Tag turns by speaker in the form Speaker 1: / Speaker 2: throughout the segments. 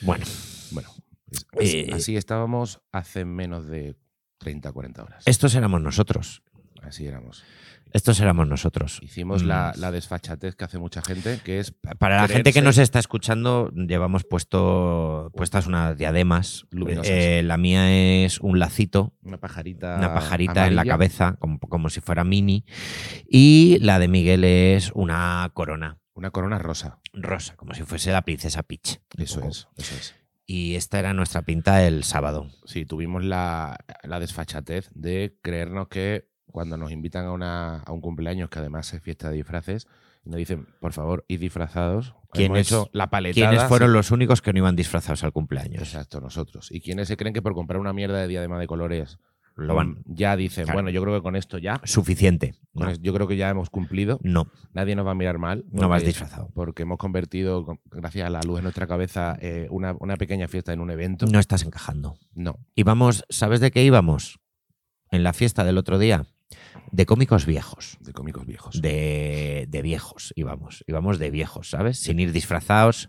Speaker 1: Bueno,
Speaker 2: Bueno, es-
Speaker 1: Eh.
Speaker 2: así estábamos hace menos de 30, 40 horas.
Speaker 1: estos éramos nosotros.
Speaker 2: Así éramos.
Speaker 1: Estos éramos nosotros.
Speaker 2: Hicimos la,
Speaker 1: Mm.
Speaker 2: la desfachatez que hace mucha gente, que es
Speaker 1: Para la
Speaker 2: creerse-
Speaker 1: gente que nos está escuchando, llevamos puesto, puestas unas diademas.
Speaker 2: Luminosas.
Speaker 1: Eh, la mía es un lacito
Speaker 2: una pajarita.
Speaker 1: una pajarita en la
Speaker 2: Ah, amarilla.
Speaker 1: cabeza, como, como si fuera mini. Y la de Miguel es una corona
Speaker 2: Una corona rosa.
Speaker 1: rosa, como si fuese la princesa Peach. un
Speaker 2: Eso
Speaker 1: poco.
Speaker 2: es, eso es.
Speaker 1: Y esta era nuestra pinta el sábado.
Speaker 2: Sí, tuvimos la, la desfachatez de creernos que cuando nos invitan a, una, a un cumpleaños, que además es fiesta de disfraces, y nos dicen, por favor, id disfrazados. Hemos
Speaker 1: ¿Quiénes-
Speaker 2: hecho la paletada.
Speaker 1: Quienes fueron
Speaker 2: sí.
Speaker 1: los únicos que no iban disfrazados al cumpleaños.
Speaker 2: Exacto, nosotros. Y quienes se creen que por comprar una mierda de diadema de colores
Speaker 1: Lo van.
Speaker 2: ya dicen,
Speaker 1: Claro.
Speaker 2: bueno, yo creo que con esto ya,
Speaker 1: Suficiente.
Speaker 2: con
Speaker 1: No,
Speaker 2: es- yo creo que ya hemos cumplido,
Speaker 1: no,
Speaker 2: nadie nos va a mirar mal.
Speaker 1: no vas
Speaker 2: porque-
Speaker 1: disfrazado.
Speaker 2: Porque hemos convertido, con- gracias a la luz en nuestra cabeza, eh, una, una pequeña fiesta en un evento.
Speaker 1: No estás encajando.
Speaker 2: No.
Speaker 1: Íbamos, ¿sabes de qué íbamos? En la fiesta del otro día. De cómicos viejos.
Speaker 2: de cómicos viejos.
Speaker 1: de, de viejos íbamos, íbamos de viejos, ¿sabes? Sin ir disfrazados,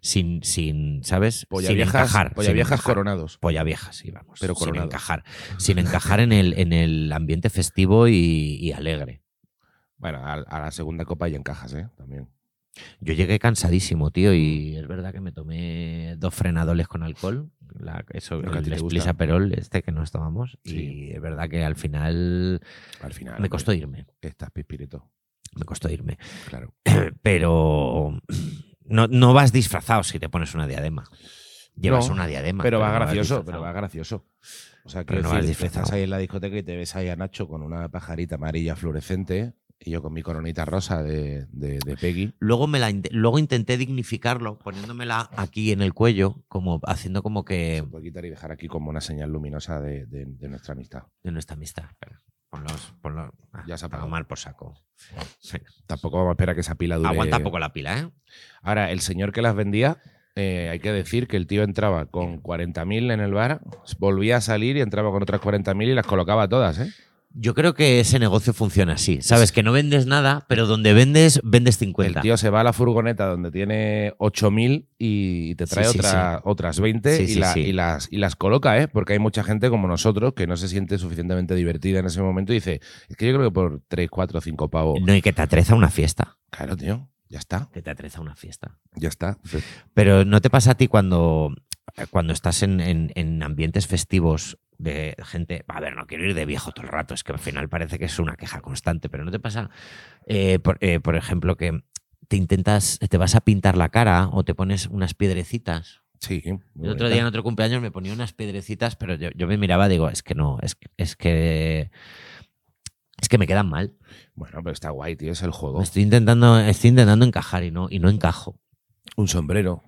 Speaker 1: sin, sin ¿sabes?
Speaker 2: polla
Speaker 1: sin
Speaker 2: viejas,
Speaker 1: encajar.
Speaker 2: polla
Speaker 1: sin
Speaker 2: viejas
Speaker 1: encajar.
Speaker 2: coronados.
Speaker 1: Polla viejas íbamos,
Speaker 2: Pero
Speaker 1: sin
Speaker 2: coronados.
Speaker 1: encajar. Sin encajar en el, en el ambiente festivo y, y alegre.
Speaker 2: Bueno, a, a la segunda copa ya encajas, ¿eh? También.
Speaker 1: Yo llegué cansadísimo, tío, y es verdad que me tomé dos frenadores con alcohol, la, eso,
Speaker 2: Lo que a ti
Speaker 1: el
Speaker 2: te gusta.
Speaker 1: esplisaperol este que nos tomamos,
Speaker 2: Sí.
Speaker 1: y es verdad que al final
Speaker 2: Al final.
Speaker 1: me costó irme,
Speaker 2: hombre, Estás pispirito.
Speaker 1: me costó irme.
Speaker 2: Claro.
Speaker 1: pero no, no vas disfrazado si te pones una diadema. Llevas
Speaker 2: No,
Speaker 1: una diadema.
Speaker 2: Pero
Speaker 1: no
Speaker 2: va
Speaker 1: vas
Speaker 2: gracioso, pero
Speaker 1: disfrazado.
Speaker 2: va gracioso. O sea,
Speaker 1: Pero
Speaker 2: que
Speaker 1: no vas disfrazado.
Speaker 2: estás ahí en la discoteca y te ves ahí a Nacho con una pajarita amarilla fluorescente y yo con mi coronita rosa de, de- de Peggy.
Speaker 1: Luego, me la, int- luego intenté dignificarlo poniéndomela aquí en el cuello, como haciendo como
Speaker 2: Se
Speaker 1: que
Speaker 2: puede quitar y dejar aquí como una señal luminosa de, de- de nuestra amistad.
Speaker 1: de nuestra amistad. Espera, Ponlos, ponlos. Ah,
Speaker 2: Ya se ha
Speaker 1: a
Speaker 2: apagado.
Speaker 1: tomar por saco. Venga,
Speaker 2: Tampoco vamos a esperar a que esa pila dure.
Speaker 1: Aguanta poco la pila, ¿eh?
Speaker 2: Ahora, el señor que las vendía, eh, hay que decir que el tío entraba con 40.000 en el bar, volvía a salir y entraba con otras 40.000 y las colocaba todas, ¿eh?
Speaker 1: Yo creo que ese negocio funciona así. Sabes que no vendes nada, pero donde vendes, vendes 50.
Speaker 2: El tío se va a la furgoneta donde tiene 8.000 y te trae
Speaker 1: Sí, sí,
Speaker 2: otra- otras 20
Speaker 1: Sí,
Speaker 2: y,
Speaker 1: sí,
Speaker 2: la-
Speaker 1: sí.
Speaker 2: y las, y las coloca, ¿eh? Porque hay mucha gente como nosotros que no se siente suficientemente divertida en ese momento y dice, es que yo creo que por 3, 4, 5 pavos...
Speaker 1: No, y que te atreza una fiesta.
Speaker 2: Claro, tío, ya está,
Speaker 1: Que te atreza una fiesta.
Speaker 2: ya está.
Speaker 1: Pero ¿no te pasa a ti cuando, cuando estás en, en- en ambientes festivos de gente, a ver, no quiero ir de viejo todo el rato, es que al final parece que es una queja constante, pero ¿no te pasa, eh, por, eh, por ejemplo, que te intentas, te vas a pintar la cara o te pones unas piedrecitas?
Speaker 2: Sí. muy
Speaker 1: El otro
Speaker 2: bonita.
Speaker 1: día en otro cumpleaños me ponía unas piedrecitas, pero yo, yo me miraba, digo, es que no, es, que- es que... Es que me quedan mal.
Speaker 2: Bueno, pero está guay, tío, es el juego.
Speaker 1: Me Estoy intentando, estoy intentando encajar y no, y no encajo.
Speaker 2: Un sombrero.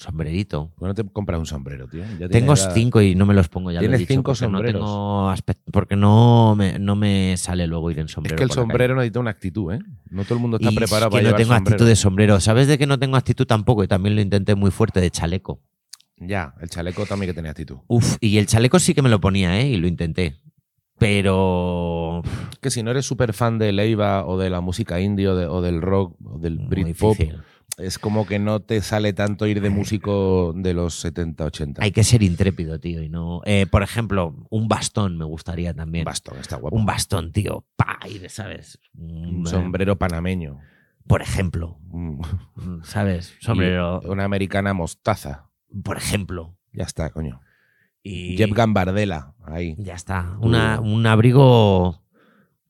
Speaker 1: Sombrerito.
Speaker 2: ¿Por qué no te compras un sombrero, tío? Ya tiene
Speaker 1: Tengo
Speaker 2: edad.
Speaker 1: cinco y no me los pongo ya. lo he
Speaker 2: Tienes
Speaker 1: dicho,
Speaker 2: cinco
Speaker 1: porque no
Speaker 2: sombreros.
Speaker 1: tengo aspecto- porque no me, no me sale luego ir en
Speaker 2: Es
Speaker 1: sombrero.
Speaker 2: que el
Speaker 1: por la
Speaker 2: sombrero necesita una actitud, ¿eh? No todo el mundo
Speaker 1: calle.
Speaker 2: está
Speaker 1: Y es
Speaker 2: preparado
Speaker 1: que
Speaker 2: para
Speaker 1: no
Speaker 2: llevar
Speaker 1: tengo
Speaker 2: sombrero.
Speaker 1: actitud de sombrero. ¿Sabes de que no tengo actitud tampoco? Y también lo intenté muy fuerte de chaleco.
Speaker 2: Ya, el chaleco también que tenía actitud.
Speaker 1: Uf, y el chaleco sí que me lo ponía, ¿eh? Y lo intenté. Pero uf,
Speaker 2: Que si no eres súper fan de Leiva o de la música indie o, de- o del rock o del
Speaker 1: muy
Speaker 2: Britpop,
Speaker 1: difícil.
Speaker 2: es como que no te sale tanto ir de músico de los 70, 80.
Speaker 1: Hay que ser intrépido, tío. Y no, eh, por ejemplo, un bastón me gustaría también.
Speaker 2: un bastón, está guapo.
Speaker 1: un bastón, tío. Pa, y, ¿sabes? Un,
Speaker 2: Un
Speaker 1: eh,
Speaker 2: sombrero panameño.
Speaker 1: Por ejemplo,
Speaker 2: Un-
Speaker 1: ¿sabes? Sombrero.
Speaker 2: Una americana mostaza.
Speaker 1: por ejemplo.
Speaker 2: Ya está, coño.
Speaker 1: Y
Speaker 2: Jeff Gambardella, ahí.
Speaker 1: ya está. Una- un abrigo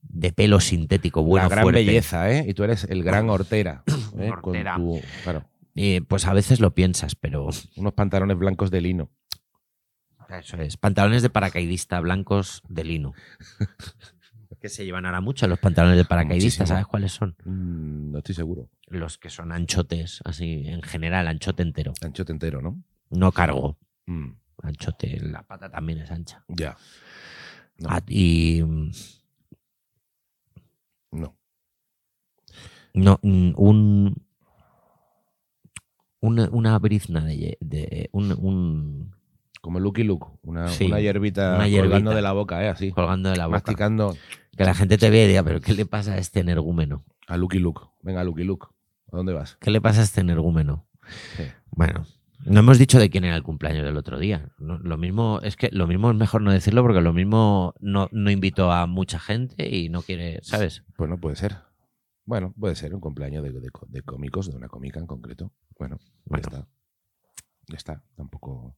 Speaker 1: de pelo sintético, bueno,
Speaker 2: la gran
Speaker 1: fuerte.
Speaker 2: belleza, ¿eh? Y tú eres el gran hortera. ¿eh? Con
Speaker 1: Hortera.
Speaker 2: tu- claro,
Speaker 1: Eh, pues a veces lo piensas, pero
Speaker 2: unos pantalones blancos de lino.
Speaker 1: eso es. Pantalones de paracaidista blancos de lino. que se llevan ahora mucho los pantalones de paracaidista,
Speaker 2: Muchísimo.
Speaker 1: ¿sabes cuáles son?
Speaker 2: Mm, no estoy seguro.
Speaker 1: Los que son anchotes, así en general, anchote entero.
Speaker 2: Anchote entero, ¿no?
Speaker 1: No cargo.
Speaker 2: Mm,
Speaker 1: Anchote, la pata también es ancha.
Speaker 2: ya. No.
Speaker 1: Ah, y mm,
Speaker 2: No.
Speaker 1: no, mm, un. Una, una brizna de, ye- de- un- un,
Speaker 2: Como Lucky Luke. Una,
Speaker 1: Sí,
Speaker 2: una hierbita
Speaker 1: una
Speaker 2: colgando
Speaker 1: hierbita.
Speaker 2: de la boca, ¿eh? Así.
Speaker 1: colgando de la boca.
Speaker 2: Masticando
Speaker 1: Que la gente te vea y diga, pero ¿qué le pasa a este energúmeno?
Speaker 2: a Lucky Luke. Venga, Lucky Luke. ¿A dónde vas?
Speaker 1: ¿Qué le pasa a este energúmeno?
Speaker 2: Sí.
Speaker 1: Bueno, No hemos dicho de quién era el cumpleaños del otro día. No, lo mismo es que lo mismo es mejor no decirlo porque lo mismo no, no invitó a mucha gente y no quiere, ¿sabes?
Speaker 2: Pues no puede ser. Bueno, puede ser un cumpleaños de, de, de cómicos, de una cómica en concreto. Bueno,
Speaker 1: Bueno.
Speaker 2: ya está. Ya está, tampoco.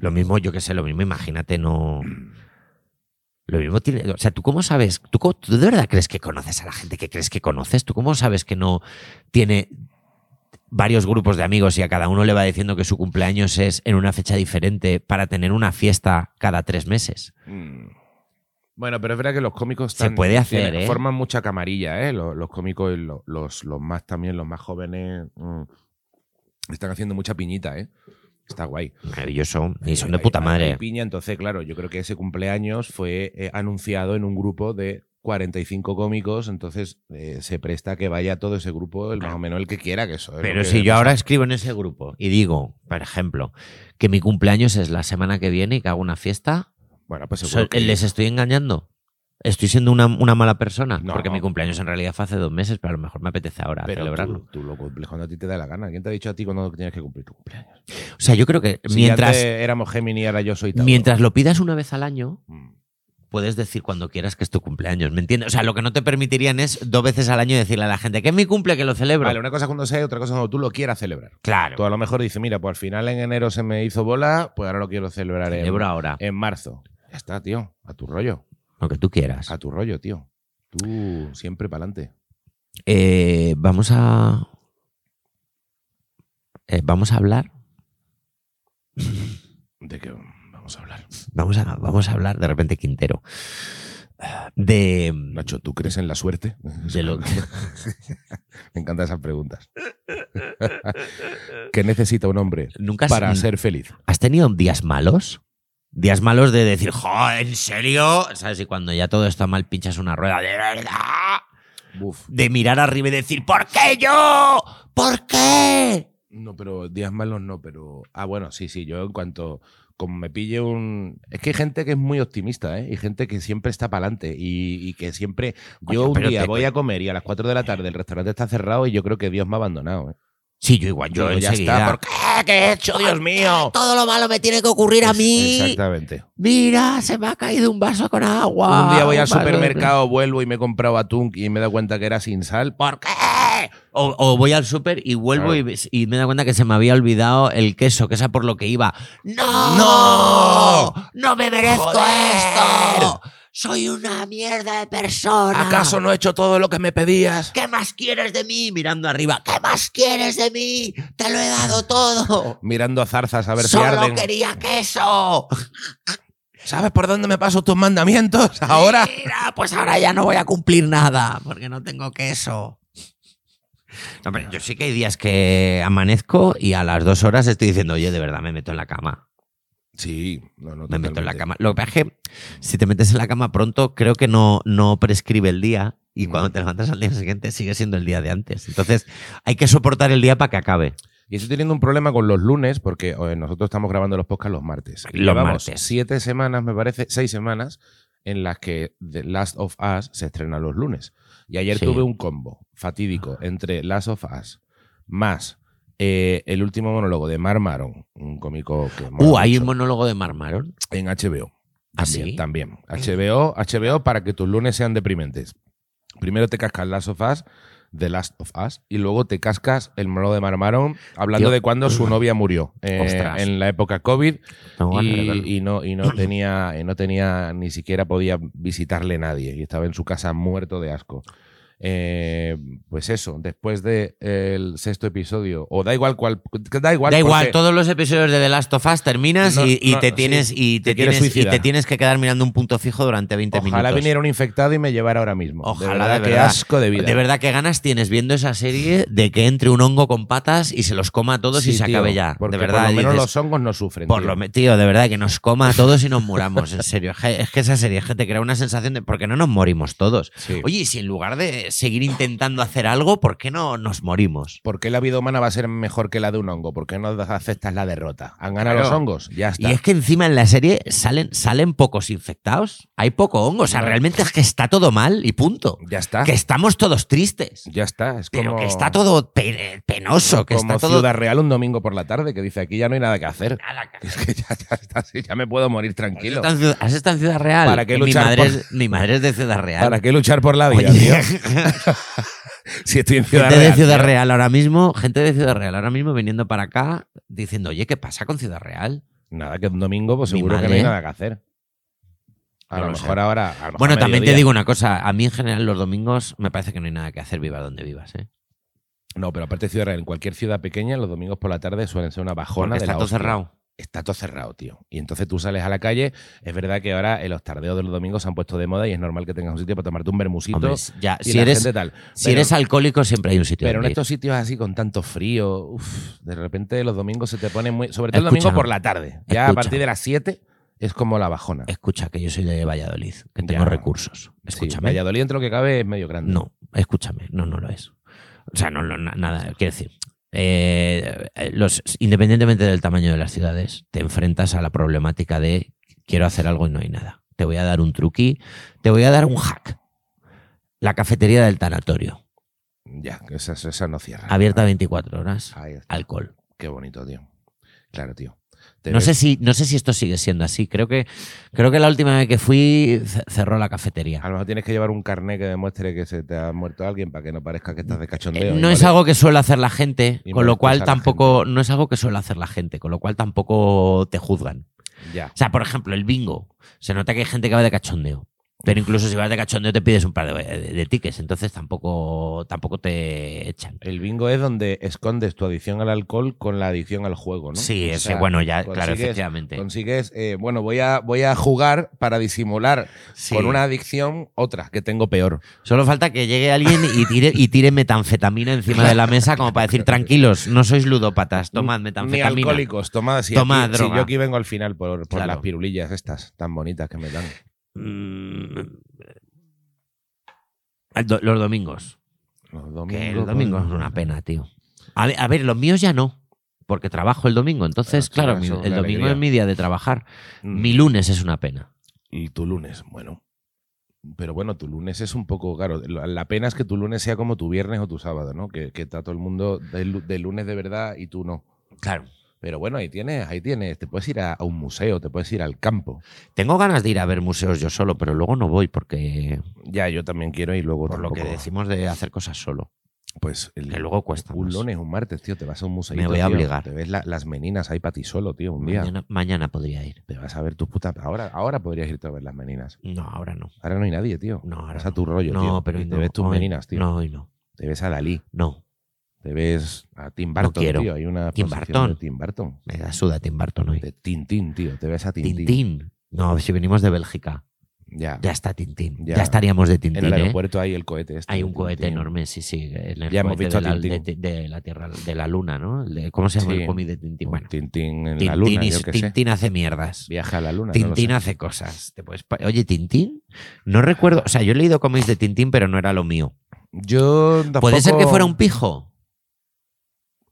Speaker 1: Lo mismo, yo qué sé, lo mismo, imagínate, no. Lo mismo tiene. O sea, ¿tú cómo sabes? ¿Tú, co- tú de verdad crees que conoces a la gente que crees que conoces? ¿Tú cómo sabes que no tiene varios grupos de amigos y a cada uno le va diciendo que su cumpleaños es en una fecha diferente para tener una fiesta cada tres meses?
Speaker 2: Mm. Bueno, pero es verdad que los cómicos
Speaker 1: Se puede hacer, ¿eh?
Speaker 2: forman mucha camarilla, ¿eh? Los, los cómicos y lo- los, los más también, los más jóvenes, mm, están haciendo mucha piñita, ¿eh? Está guay.
Speaker 1: Maravilloso. Y son de
Speaker 2: Hay-
Speaker 1: puta
Speaker 2: hay- hay
Speaker 1: madre.
Speaker 2: piña, entonces, claro, yo creo que ese cumpleaños fue eh, anunciado en un grupo de 45 cómicos, entonces eh, se presta que vaya todo ese grupo, el más o menos el que quiera que eso. es lo
Speaker 1: Pero
Speaker 2: que
Speaker 1: si
Speaker 2: le
Speaker 1: yo
Speaker 2: pasa.
Speaker 1: ahora escribo en ese grupo y digo, por ejemplo, que mi cumpleaños es la semana que viene y que hago una fiesta,
Speaker 2: Bueno, pues seguro
Speaker 1: Soy-
Speaker 2: que-
Speaker 1: ¿Les estoy engañando? ¿Estoy siendo una, una mala persona?
Speaker 2: No.
Speaker 1: Porque mi cumpleaños en realidad fue hace dos meses, pero a lo mejor me apetece ahora
Speaker 2: pero
Speaker 1: celebrarlo.
Speaker 2: Tú, tú lo cumples cuando a ti te da la gana. ¿Quién te ha dicho a ti cuando tienes que cumplir tu cumpleaños?
Speaker 1: O sea, yo creo que
Speaker 2: Si
Speaker 1: mientras,
Speaker 2: antes éramos Gemini, ahora yo soy Tauro.
Speaker 1: mientras lo pidas una vez al año,
Speaker 2: Mm.
Speaker 1: puedes decir cuando quieras que es tu cumpleaños, ¿me entiendes? O sea, lo que no te permitirían es dos veces al año decirle a la gente que es mi cumple, que lo celebro.
Speaker 2: Vale, una cosa es cuando sea y otra cosa es cuando tú lo quieras celebrar.
Speaker 1: Claro,
Speaker 2: Tú a lo mejor dices, mira, pues al final en enero se me hizo bola, pues ahora lo quiero celebrar en,
Speaker 1: celebro ahora,
Speaker 2: en marzo. Ya está, tío. A tu rollo.
Speaker 1: lo que tú quieras.
Speaker 2: A tu rollo, tío. Tú siempre para adelante.
Speaker 1: Eh, vamos a... eh, vamos a hablar
Speaker 2: ¿De qué vamos a hablar?
Speaker 1: Vamos a, vamos a hablar de repente Quintero. De.
Speaker 2: Nacho, ¿tú crees en la suerte?
Speaker 1: De lo-
Speaker 2: me encantan esas preguntas. ¿Qué necesita un hombre
Speaker 1: Nunca has-
Speaker 2: para ser feliz?
Speaker 1: ¿Has tenido días malos? Días malos de decir, jo, ¿en serio? ¿Sabes? Y cuando ya todo está mal, pinchas una rueda, ¿de verdad?
Speaker 2: Buf.
Speaker 1: De mirar arriba y decir, ¿por qué yo? ¿Por qué?
Speaker 2: No, pero días malos no, pero. Ah, bueno, sí, sí, yo en cuanto. Como me pille un. Es que hay gente que es muy optimista, ¿eh? Y gente que siempre está para adelante y, y que siempre.
Speaker 1: Coño,
Speaker 2: yo un
Speaker 1: pero
Speaker 2: día
Speaker 1: te-
Speaker 2: voy a comer y a las 4 de la tarde el restaurante está cerrado y yo creo que Dios me ha abandonado, ¿eh?
Speaker 1: Sí, yo igual, yo
Speaker 2: Digo, ya
Speaker 1: enseguida.
Speaker 2: está. ¿Por qué? ¿Qué he hecho, Dios mío?
Speaker 1: Todo lo malo me tiene que ocurrir a mí.
Speaker 2: Exactamente.
Speaker 1: Mira, se me ha caído un vaso con agua.
Speaker 2: un día voy
Speaker 1: un
Speaker 2: al
Speaker 1: vaso de-
Speaker 2: supermercado, vuelvo y me he comprado atún y me he dado cuenta que era sin sal. ¿Por qué?
Speaker 1: O, o voy al súper y vuelvo
Speaker 2: Claro.
Speaker 1: y, y me da cuenta que se me había olvidado el queso, que esa por lo que iba. ¡No!
Speaker 2: ¡No!
Speaker 1: ¡No me merezco
Speaker 2: ¡Joder!
Speaker 1: esto! ¡Soy una mierda de persona!
Speaker 2: ¿Acaso no he hecho todo lo que me pedías?
Speaker 1: ¿Qué más quieres de mí? Mirando arriba. ¿Qué más quieres de mí? ¡Te lo he dado todo!
Speaker 2: Mirando a zarzas a ver si
Speaker 1: ¡Solo
Speaker 2: arden.
Speaker 1: quería queso!
Speaker 2: ¿Sabes por dónde me paso tus mandamientos ahora?
Speaker 1: Mira, pues ahora ya no voy a cumplir nada porque no tengo queso. No, pero yo sí que hay días que amanezco y a las dos horas estoy diciendo, oye, de verdad me meto en la cama.
Speaker 2: Sí, no, no.
Speaker 1: Me meto en la
Speaker 2: totalmente.
Speaker 1: cama. Lo que pasa es que si te metes en la cama pronto, creo que no, no prescribe el día
Speaker 2: Mm.
Speaker 1: y cuando te levantas al día siguiente sigue siendo el día de antes. Entonces hay que soportar el día para que acabe.
Speaker 2: Y estoy teniendo un problema con los lunes porque eh, nosotros estamos grabando los podcasts los martes. Y
Speaker 1: Los
Speaker 2: llevamos
Speaker 1: martes.
Speaker 2: siete semanas, me parece, seis semanas en las que The Last of Us se estrena los lunes. Y ayer
Speaker 1: Sí. Ah.
Speaker 2: tuve un combo fatídico entre Last of Us más eh, el último monólogo de Mar Maron, un cómico que mola
Speaker 1: Uh, hay
Speaker 2: mucho,
Speaker 1: un monólogo de Marmarón.
Speaker 2: en HBO.
Speaker 1: ¿Ah,
Speaker 2: También,
Speaker 1: sí?
Speaker 2: también. HBO, HBO para que tus lunes sean deprimentes. Primero te cascas Last of Us, The Last of Us, y luego te cascas el monólogo de Marmaron hablando
Speaker 1: Tío.
Speaker 2: de cuando su novia murió eh,
Speaker 1: Ostras.
Speaker 2: en la época COVID
Speaker 1: Tengo ganas de verlo.
Speaker 2: y, y no, y no tenía, y no tenía, ni siquiera podía visitarle nadie y estaba en su casa muerto de asco. Eh, pues eso, después del sexto episodio, o da igual cuál, da igual.
Speaker 1: da igual,
Speaker 2: porque-
Speaker 1: todos los episodios de The Last of Us terminas
Speaker 2: No,
Speaker 1: y, y
Speaker 2: no,
Speaker 1: te
Speaker 2: sí.
Speaker 1: tienes, y, te
Speaker 2: Te quieres
Speaker 1: tienes y
Speaker 2: suicidar.
Speaker 1: te tienes que quedar mirando un punto fijo durante 20
Speaker 2: Ojalá
Speaker 1: minutos.
Speaker 2: viniera un infectado y me llevara ahora mismo. De
Speaker 1: Ojalá,
Speaker 2: verdad,
Speaker 1: de
Speaker 2: qué
Speaker 1: verdad.
Speaker 2: asco de vida.
Speaker 1: De verdad que ganas tienes viendo esa serie de que entre un hongo con patas y se los coma a todos y
Speaker 2: Sí,
Speaker 1: se
Speaker 2: tío,
Speaker 1: acabe ya.
Speaker 2: Porque
Speaker 1: de verdad,
Speaker 2: por lo menos
Speaker 1: dices,
Speaker 2: los hongos no sufren.
Speaker 1: por
Speaker 2: tío.
Speaker 1: lo me- tío, de verdad que nos coma a todos y nos muramos, en serio. Es que- Es que esa serie es que te crea una sensación de porque no nos morimos todos.
Speaker 2: Sí.
Speaker 1: Oye, y si en lugar de de seguir intentando hacer algo, ¿por qué no nos morimos?
Speaker 2: ¿Por qué la vida humana va a ser mejor que la de un hongo? ¿Por qué no aceptas la derrota? Han ganado
Speaker 1: Claro.
Speaker 2: los hongos, ya está.
Speaker 1: Y es que encima en la serie salen, salen pocos infectados, hay poco hongo, o sea, realmente es que está todo mal y punto.
Speaker 2: Ya está.
Speaker 1: Que estamos todos tristes,
Speaker 2: Ya está. Es
Speaker 1: pero
Speaker 2: Ah. como,
Speaker 1: que está todo pe- penoso, que
Speaker 2: como
Speaker 1: está todo...
Speaker 2: Ciudad Real un domingo por la tarde que dice aquí ya no hay nada que hacer.
Speaker 1: A la caja.
Speaker 2: Es que ya, ya está, sí, ya me puedo morir
Speaker 1: ¿Has
Speaker 2: tranquilo.
Speaker 1: estado en Ciudad- has estado en Ciudad Real?
Speaker 2: ¿Para qué
Speaker 1: Eh, mi,
Speaker 2: luchar
Speaker 1: madre
Speaker 2: por-
Speaker 1: es, mi madre es de Ciudad Real.
Speaker 2: ¿Para qué luchar por la vida,
Speaker 1: Oye,
Speaker 2: tío?
Speaker 1: gente
Speaker 2: Si estoy en Ciudad
Speaker 1: de
Speaker 2: Real.
Speaker 1: Ciudad
Speaker 2: tío.
Speaker 1: Real ahora mismo, gente de Ciudad Real ahora mismo viniendo para acá diciendo, oye, ¿qué pasa con Ciudad Real?
Speaker 2: Nada, que un domingo, pues
Speaker 1: Mi
Speaker 2: seguro que no
Speaker 1: madre.
Speaker 2: hay nada que hacer. A
Speaker 1: No
Speaker 2: lo
Speaker 1: lo
Speaker 2: mejor
Speaker 1: sé.
Speaker 2: ahora. a lo mejor
Speaker 1: Bueno,
Speaker 2: a
Speaker 1: también te
Speaker 2: mediodía.
Speaker 1: digo una cosa, a mí en general los domingos me parece que no hay nada que hacer, viva donde vivas, ¿eh?
Speaker 2: No, pero aparte de Ciudad Real, en cualquier ciudad pequeña, los domingos por la tarde suelen ser una bajona
Speaker 1: Porque
Speaker 2: de
Speaker 1: está
Speaker 2: la
Speaker 1: todo
Speaker 2: hostia.
Speaker 1: cerrado.
Speaker 2: Está todo cerrado, tío. Y entonces tú sales a la calle. Es verdad que ahora eh, los tardeos de los domingos se han puesto de moda y es normal que tengas un sitio para tomarte un bermucito.
Speaker 1: Hombre, ya,
Speaker 2: y
Speaker 1: si
Speaker 2: la
Speaker 1: eres,
Speaker 2: gente tal.
Speaker 1: si
Speaker 2: pero-
Speaker 1: eres alcohólico siempre hay un sitio
Speaker 2: Pero en
Speaker 1: donde ir.
Speaker 2: estos sitios así con tanto frío, uf, de repente los domingos se te ponen muy. Sobre todo el
Speaker 1: Escúchame.
Speaker 2: domingo por la tarde. Ya a
Speaker 1: Escúchame.
Speaker 2: partir de las 7 es como la bajona.
Speaker 1: Escucha, que yo soy de Valladolid, que tengo
Speaker 2: Ya.
Speaker 1: recursos.
Speaker 2: Sí,
Speaker 1: Escúchame.
Speaker 2: Valladolid, entre lo que cabe, es medio grande.
Speaker 1: No, escúchame, no, no lo es. O sea, no, lo- na- nada, quiero decir, eh, eh, los, independientemente del tamaño de las ciudades, te enfrentas a la problemática de quiero hacer algo y no hay nada. Te voy a dar un truqui, te voy a dar un hack. La cafetería del tanatorio,
Speaker 2: Ya, que esa, esa no cierra.
Speaker 1: abierta 24 horas,
Speaker 2: Ahí está.
Speaker 1: alcohol.
Speaker 2: Qué bonito, tío. Claro, tío. Te
Speaker 1: No
Speaker 2: ves-
Speaker 1: sé, si, no sé si esto sigue siendo así. Creo que, creo que la última vez que fui ce- cerró la
Speaker 2: A
Speaker 1: cafetería.
Speaker 2: lo mejor tienes que llevar un carnet que demuestre que se te ha muerto alguien para que no parezca que estás de
Speaker 1: Eh,
Speaker 2: cachondeo.
Speaker 1: No es
Speaker 2: Pues Igual
Speaker 1: algo que suele hacer la gente,
Speaker 2: Y
Speaker 1: con lo
Speaker 2: molestas a
Speaker 1: cual
Speaker 2: la
Speaker 1: tampoco. No es algo que suele hacer la gente, con lo cual tampoco te juzgan.
Speaker 2: Ya.
Speaker 1: O sea, por ejemplo, el bingo. Se nota que hay gente que va de cachondeo. Pero incluso si vas de cachondeo te pides un par de, eh, de- de tickets, entonces tampoco, tampoco te echan.
Speaker 2: El bingo es donde escondes tu adicción al alcohol con la adicción al juego, ¿no?
Speaker 1: Sí,
Speaker 2: O
Speaker 1: ese,
Speaker 2: sea,
Speaker 1: bueno, ya, claro,
Speaker 2: consigues-
Speaker 1: efectivamente.
Speaker 2: Consigues, eh, bueno, voy a, voy a jugar para disimular
Speaker 1: Sí.
Speaker 2: con una adicción otra que tengo peor.
Speaker 1: Solo falta que llegue alguien y tire, y tire metanfetamina encima de la mesa como para decir, tranquilos, no sois ludópatas, tomad
Speaker 2: Ni
Speaker 1: metanfetamina.
Speaker 2: alcohólicos, tomad si
Speaker 1: Tomad
Speaker 2: aquí- si
Speaker 1: droga.
Speaker 2: yo aquí vengo al final por, por
Speaker 1: Claro.
Speaker 2: las pirulillas estas tan bonitas que me dan.
Speaker 1: Mm, eh, do- los domingos.
Speaker 2: Los
Speaker 1: Que
Speaker 2: domingos, pues,
Speaker 1: el domingo es una pena, tío. A ver, a ver, los míos ya no, porque trabajo el domingo. Entonces,
Speaker 2: Ah,
Speaker 1: claro,
Speaker 2: claro,
Speaker 1: mi-
Speaker 2: eso es
Speaker 1: el
Speaker 2: una
Speaker 1: domingo
Speaker 2: alegría.
Speaker 1: es mi día de trabajar.
Speaker 2: Mm.
Speaker 1: Mi lunes es una pena.
Speaker 2: Y tu lunes, bueno. Pero bueno, tu lunes es un poco, claro, la la pena es que tu lunes sea como tu viernes o tu sábado, ¿no? Que, que está todo el mundo de, lu- de lunes de verdad y tú no.
Speaker 1: Claro.
Speaker 2: Pero bueno, ahí tienes, ahí tienes, te puedes ir a, a un museo, te puedes ir al campo.
Speaker 1: Tengo ganas de ir a ver museos yo solo, pero luego no voy porque
Speaker 2: Ya, yo también quiero y luego
Speaker 1: por lo que
Speaker 2: tampoco-
Speaker 1: decimos de hacer cosas solo,
Speaker 2: Pues el-
Speaker 1: que luego cuesta
Speaker 2: un
Speaker 1: más.
Speaker 2: lunes, un martes, tío, te vas a un museo.
Speaker 1: voy a
Speaker 2: tío,
Speaker 1: obligar.
Speaker 2: Te ves la- las meninas ahí para ti solo, tío, un día.
Speaker 1: Mañana, mañana podría ir.
Speaker 2: Te vas a ver tus putas. Ahora, ahora podrías irte a ver las meninas.
Speaker 1: No, ahora no.
Speaker 2: Ahora no hay nadie, tío.
Speaker 1: No, ahora
Speaker 2: Vas
Speaker 1: no.
Speaker 2: a tu rollo,
Speaker 1: no,
Speaker 2: tío.
Speaker 1: pero
Speaker 2: y
Speaker 1: hoy
Speaker 2: te
Speaker 1: no.
Speaker 2: ves tus
Speaker 1: Hoy-
Speaker 2: meninas, tío.
Speaker 1: No, hoy no.
Speaker 2: Te ves a Dalí.
Speaker 1: No.
Speaker 2: Te ves a Tim Burton,
Speaker 1: quiero.
Speaker 2: tío. Hay una
Speaker 1: Tim
Speaker 2: exposición
Speaker 1: Burton.
Speaker 2: de Tim Burton.
Speaker 1: Me da suda Tim Burton hoy.
Speaker 2: De Tintín, tío. Te ves a Tintín.
Speaker 1: Tintín. No, si venimos de Bélgica.
Speaker 2: Ya.
Speaker 1: Ya está Tintín. Ya,
Speaker 2: Ya.
Speaker 1: estaríamos de
Speaker 2: En
Speaker 1: Tintín.
Speaker 2: el
Speaker 1: ¿eh?
Speaker 2: aeropuerto hay el cohete. este
Speaker 1: Hay
Speaker 2: de
Speaker 1: un cohete
Speaker 2: Tintín.
Speaker 1: enorme, sí, sí. en el
Speaker 2: Ya hemos
Speaker 1: cohete
Speaker 2: visto a
Speaker 1: de, la,
Speaker 2: Tintín.
Speaker 1: de- de la Tierra, de la Luna, ¿no? El de- ¿Cómo se llama
Speaker 2: Sí.
Speaker 1: el cómic de Tintín? Bueno,
Speaker 2: Tintín en la
Speaker 1: Tintín,
Speaker 2: luna,
Speaker 1: y-
Speaker 2: yo qué sé.
Speaker 1: Tintín hace mierdas.
Speaker 2: Viaja a la luna. no lo
Speaker 1: Tintín
Speaker 2: sé.
Speaker 1: hace cosas. Te puedes pa- Oye, Tintín, no recuerdo. O sea, yo he leído cómics de Tintín, pero no era lo mío.
Speaker 2: Yo tampoco...
Speaker 1: ¿Puede ser que fuera un pijo?